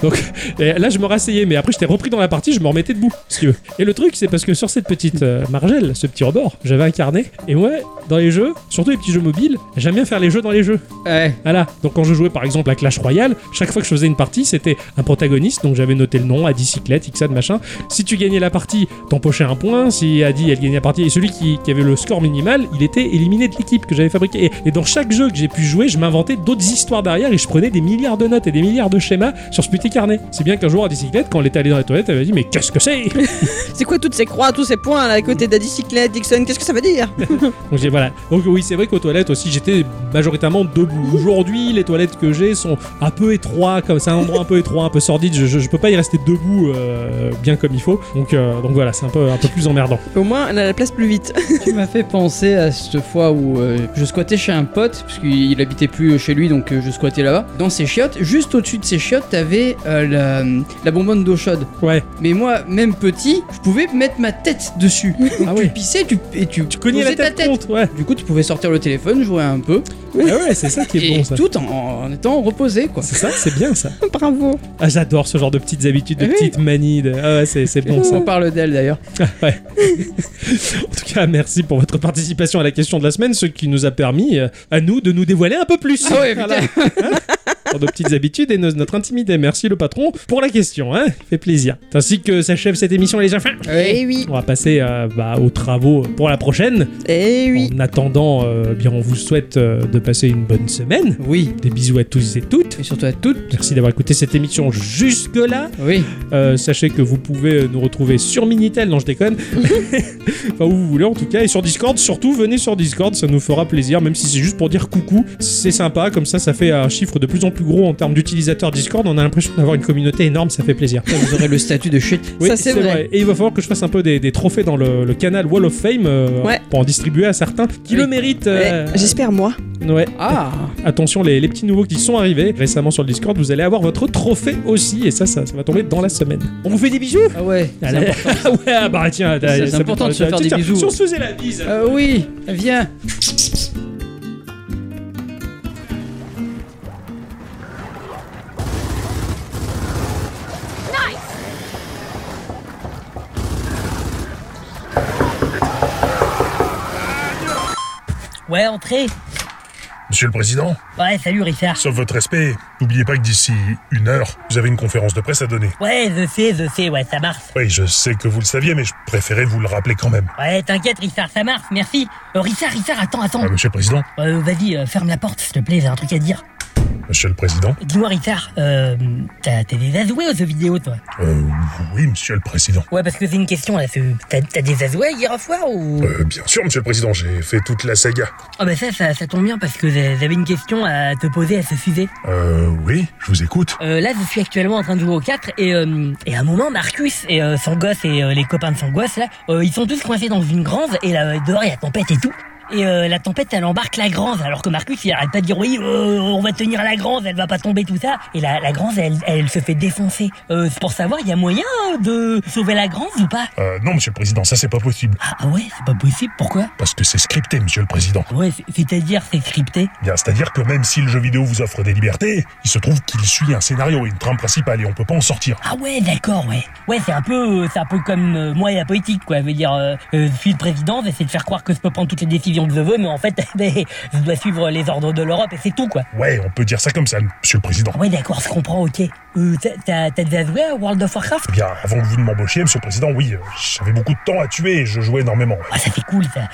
donc et là, je me rasseyais, mais après, j'étais repris dans la partie, je me remettais debout, si tu veux. Et le truc, c'est parce que sur cette petite euh, margelle, ce petit rebord, j'avais un carnet. Et moi, dans les jeux, surtout les petits jeux mobiles, j'aime bien faire les jeux dans les jeux. Ouais. Voilà. Ah Donc quand je jouais par exemple à Clash Royale, chaque fois que je faisais une partie, c'était un protagoniste, donc j'avais noté le nom, Adi Cyclette, Xad, machin. Si tu gagnais la partie, t'empochais un point. Si Adi, elle gagnait la partie, et celui qui, qui avait le score minimal, il était éliminé de l'équipe que j'avais fabriquée. Et Et dans chaque jeu que j'ai pu jouer, je m'inventais d'autres histoires derrière et je prenais des milliards de notes et des milliards de schémas sur ce petit carnet. C'est bien qu'un jour à bicyclette, quand on était allé dans les toilettes, elle m'a dit Mais qu'est-ce que c'est C'est quoi toutes ces croix, tous ces points là à côté d'Adicyclette, Dixon Qu'est-ce que ça veut dire Donc j'ai- voilà. Donc oui, c'est vrai qu'aux toilettes aussi, j'étais majoritairement debout. Aujourd'hui, les toilettes que j'ai sont un peu étroits, comme c'est un endroit un peu étroit, un peu sordide. Je, je- je peux pas y rester debout euh, bien comme il faut. Donc, euh, donc voilà, c'est un peu un peu plus emmerdant. Au moins, elle a la place plus vite. Tu m'as fait penser à cette fois où euh, je squattais chez un pote, parce qu'il habitait plus chez lui, donc euh, je squattais là-bas. Dans ses chiottes, juste au-dessus de ses chiottes, t'avais euh, la, la bonbonne d'eau chaude. Ouais. Mais moi, même petit, je pouvais mettre ma tête dessus. Ah ouais. Tu pissais tu, et tu, Tu cognais la posais tête, ta tête. contre, ouais. Du coup, tu pouvais sortir le téléphone, jouer un peu, Ah ouais, c'est ça qui est et bon, ça. tout en, en étant reposé, quoi. C'est ça, c'est bien ça. Bravo. Ah, j'adore ce genre de petites habitudes, de Oui. petites manies. de- Ah ouais, c'est c'est bon ça. On parle d'elle d'ailleurs. En tout cas, merci pour votre participation à la question de la semaine, ce qui nous a permis euh, à nous de nous dévoiler un peu plus. Ah ouais, Voilà. Hein Dans nos petites habitudes et nos- notre intimité. Merci le patron pour la question, hein fait plaisir. C'est Ainsi que s'achève cette émission les enfants. Eh oui. On va passer euh, bah, aux travaux pour la prochaine. Eh oui. En attendant, euh, bien, on vous souhaite euh, de passer une bonne semaine. Oui. Des bisous à tous et toutes. Et surtout à toutes. Merci d'avoir écouté cette émission jusque-là. Oui. Euh, sachez que vous pouvez euh, nous retrouver sur Minitel, non je déconne, enfin où vous voulez en tout cas, et sur Discord, surtout venez sur Discord, ça nous fera plaisir, même si c'est juste pour dire coucou, c'est sympa, comme ça ça fait un chiffre de plus en plus gros en termes d'utilisateurs Discord, on a l'impression d'avoir une communauté énorme, ça fait plaisir. Vous aurez le statut de chute. Ça, c'est vrai. Et il va falloir que je fasse un peu des, des trophées dans le, le canal Wall of Fame euh, Ouais. pour en distribuer à certains qui Oui. le méritent. euh, Ouais, Eh, J'espère, moi. ouais. Ah Attention, les, les petits nouveaux qui sont arrivés récemment sur le Discord, vous allez avoir votre trophée aussi, et ça, ça, ça va tomber dans la semaine. On vous fait des bisous Ah ouais. c'est Allez. important. Ah ouais, ah bah tiens, C'est ça me important de se parle- faire des tiens, bisous. Si on se faisait la bise. Ah oui, viens. Ouais, entrez. Monsieur le Président, Ouais, salut Richard. sauf votre respect, n'oubliez pas que d'ici une heure, vous avez une conférence de presse à donner. Ouais, je sais, je sais, ouais, ça marche. Oui, je sais que vous le saviez, mais je préférais vous le rappeler quand même. Ouais, t'inquiète Richard, ça marche, merci. Euh, Richard, Richard, attends, attends. Ah, monsieur le Président Euh, vas-y, euh, ferme la porte, s'il te plaît, j'ai un truc à dire. Monsieur le Président Dis-moi Richard, euh, t'as, t'as déjà joué aux jeux vidéo, toi Euh, oui, monsieur le Président. Ouais, parce que c'est une question, là, c'est- t'as, t'as déjà joué hier au soir ou... Euh, bien sûr, monsieur le Président, j'ai fait toute la saga. Oh bah ça, ça, ça tombe bien, parce que j'ai- j'avais une question à te poser à ce sujet. Euh, oui, je vous écoute. Euh, là, je suis actuellement en train de jouer au 4 et, euh, et à un moment, Marcus et euh, son gosse et euh, les copains de son gosse, là, euh, ils sont tous coincés dans une grange et là, euh, dehors, il y a tempête et tout. Et euh, la tempête, elle embarque la grange, alors que Marcus, il arrête pas de dire oui, euh, on va tenir la grange, elle va pas tomber, tout ça. Et la, la grange, elle, elle se fait défoncer. Euh, c'est pour savoir, il y a moyen euh, de sauver la grange ou pas Euh, non, monsieur le Président, ça c'est pas possible. ah, ah ouais, c'est pas possible, pourquoi Parce que c'est scripté, monsieur le Président. Ouais, c'est- c'est-à-dire, c'est scripté. Bien, c'est-à-dire que même si le jeu vidéo vous offre des libertés, il se trouve qu'il suit un scénario et une trame principale et on peut pas en sortir. Ah ouais, d'accord, ouais. Ouais, c'est un peu, euh, c'est un peu comme euh, moi et la politique, quoi. Je veux dire, euh, euh, je suis le président, j'essaie de faire croire que je peux prendre toutes les décisions que je veux, mais en fait, ben, je dois suivre les ordres de l'Europe et c'est tout, quoi. Ouais, on peut dire ça comme ça, monsieur le Président. Ah ouais, d'accord, je comprends, ok. Euh, t'as- t'as t'as déjà joué à World of Warcraft Eh Bien, avant que vous ne m'embauchiez, monsieur le Président, oui, euh, j'avais beaucoup de temps à tuer et je jouais énormément. Ah, ça c'est cool, ça.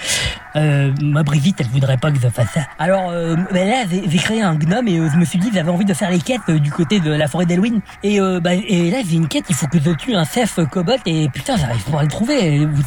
Euh, ma Brigitte, elle voudrait pas que je fasse ça. Alors, euh, ben là, j'ai j'ai créé un gnome et euh, je me suis dit, j'avais envie de faire les quêtes euh, du côté de la forêt d'Halloween. Et, euh, bah, et là, j'ai une quête, il faut que je tue un chef euh, kobold et putain, j'arrive pas à le trouver. Et vous-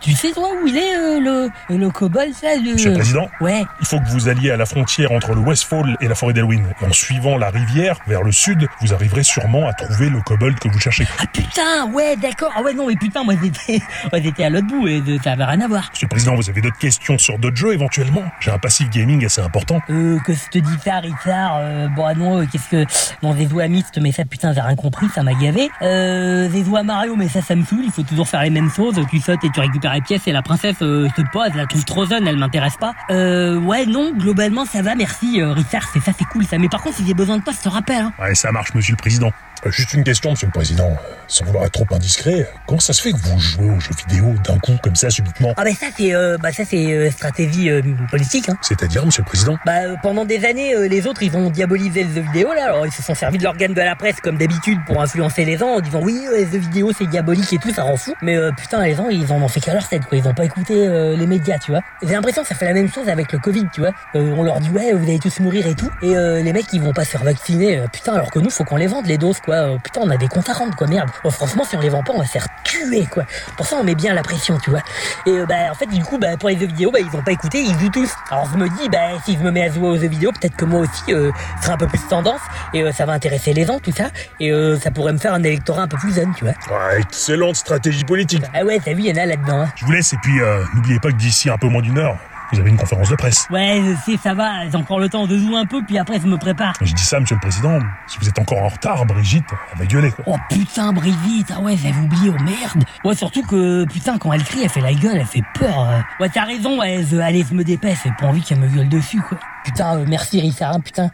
Tu sais, toi, où il est, euh, le, le kobold, ça le... Monsieur le Président, Ouais, il faut que vous alliez à la frontière entre le Westfall et la forêt d'Elwyn. En suivant la rivière vers le sud, vous arriverez sûrement à trouver le kobold que vous cherchez. ah putain, ouais, d'accord. Ah ouais, non, mais putain, moi j'étais moi, j'étais à l'autre bout et de- ça avait rien à voir. Monsieur le Président, vous avez d'autres questions sur d'autres jeux éventuellement J'ai un passif gaming assez important. Euh, que je te dis ça, Richard, euh, bon, ah non, euh, qu'est-ce que... Non, j'ai joué à Myst, mais ça, putain, j'ai rien compris, ça m'a gavé. Euh, j'ai joué à Mario, mais ça, ça me saoule, il faut toujours faire les mêmes choses, tu sautes et tu récupères les pièces, et la princesse, euh, je te pose, je la trouve trop jeune, elle m'intéresse pas. Euh, ouais, non, globalement, ça va, merci, euh, Richard, c'est ça, c'est cool, ça. Mais par contre, si j'ai besoin de toi, je te rappelle, hein. Ouais, ça marche, monsieur le Président. Euh, Juste une question, monsieur le président. Euh, Sans vouloir être trop indiscret, euh, comment ça se fait que vous jouez aux jeux vidéo d'un coup, comme ça, subitement Ah ben ça c'est euh, bah ça c'est euh, stratégie euh, politique. Hein. C'est-à-dire, monsieur le président Bah euh, pendant des années euh, les autres ils ont diabolisé les jeux vidéo là alors ils se sont servis de l'organe de la presse comme d'habitude pour influencer les gens en disant oui euh, les jeux vidéo c'est diabolique et tout ça rend fou mais euh, putain les gens ils en ont fait qu'à leur tête quoi ils ont pas écouté euh, les médias tu vois j'ai l'impression que ça fait la même chose avec le Covid tu vois Euh, on leur dit ouais vous allez tous mourir et tout et euh, les mecs ils vont pas se faire vacciner euh, putain alors que nous faut qu'on les vende les doses quoi Euh, putain on a des comptes à rendre quoi merde Bon, franchement si on les vend pas on va se faire tuer quoi pour ça on met bien la pression tu vois et euh, bah, en fait, du coup, bah, pour les jeux vidéo, bah, ils ont pas écouté, ils jouent tous. Alors je me dis, bah, si je me mets à jouer aux jeux vidéo, peut-être que moi aussi, euh, je serai un peu plus tendance, et euh, ça va intéresser les gens, tout ça, et euh, ça pourrait me faire un électorat un peu plus jeune, tu vois. Ah, Excellente stratégie politique Ah ouais, t'as vu, il y en a là-dedans. Hein. Je vous laisse, et puis euh, n'oubliez pas que d'ici un peu moins d'une heure, vous avez une conférence de presse. Ouais, je sais, ça va, j'ai encore le temps de jouer un peu, puis après, je me prépare. Je dis ça, monsieur le président, si vous êtes encore en retard, Brigitte, elle va gueuler, quoi. Oh putain, Brigitte, ah ouais, j'avais oublié, oh merde. Ouais, surtout que, putain, quand elle crie, elle fait la gueule, elle fait peur. euh. Ouais, t'as raison, ouais, je- allez, je me dépêche, j'ai pas envie qu'elle me gueule dessus, quoi. Putain, euh, merci Richard, hein, putain.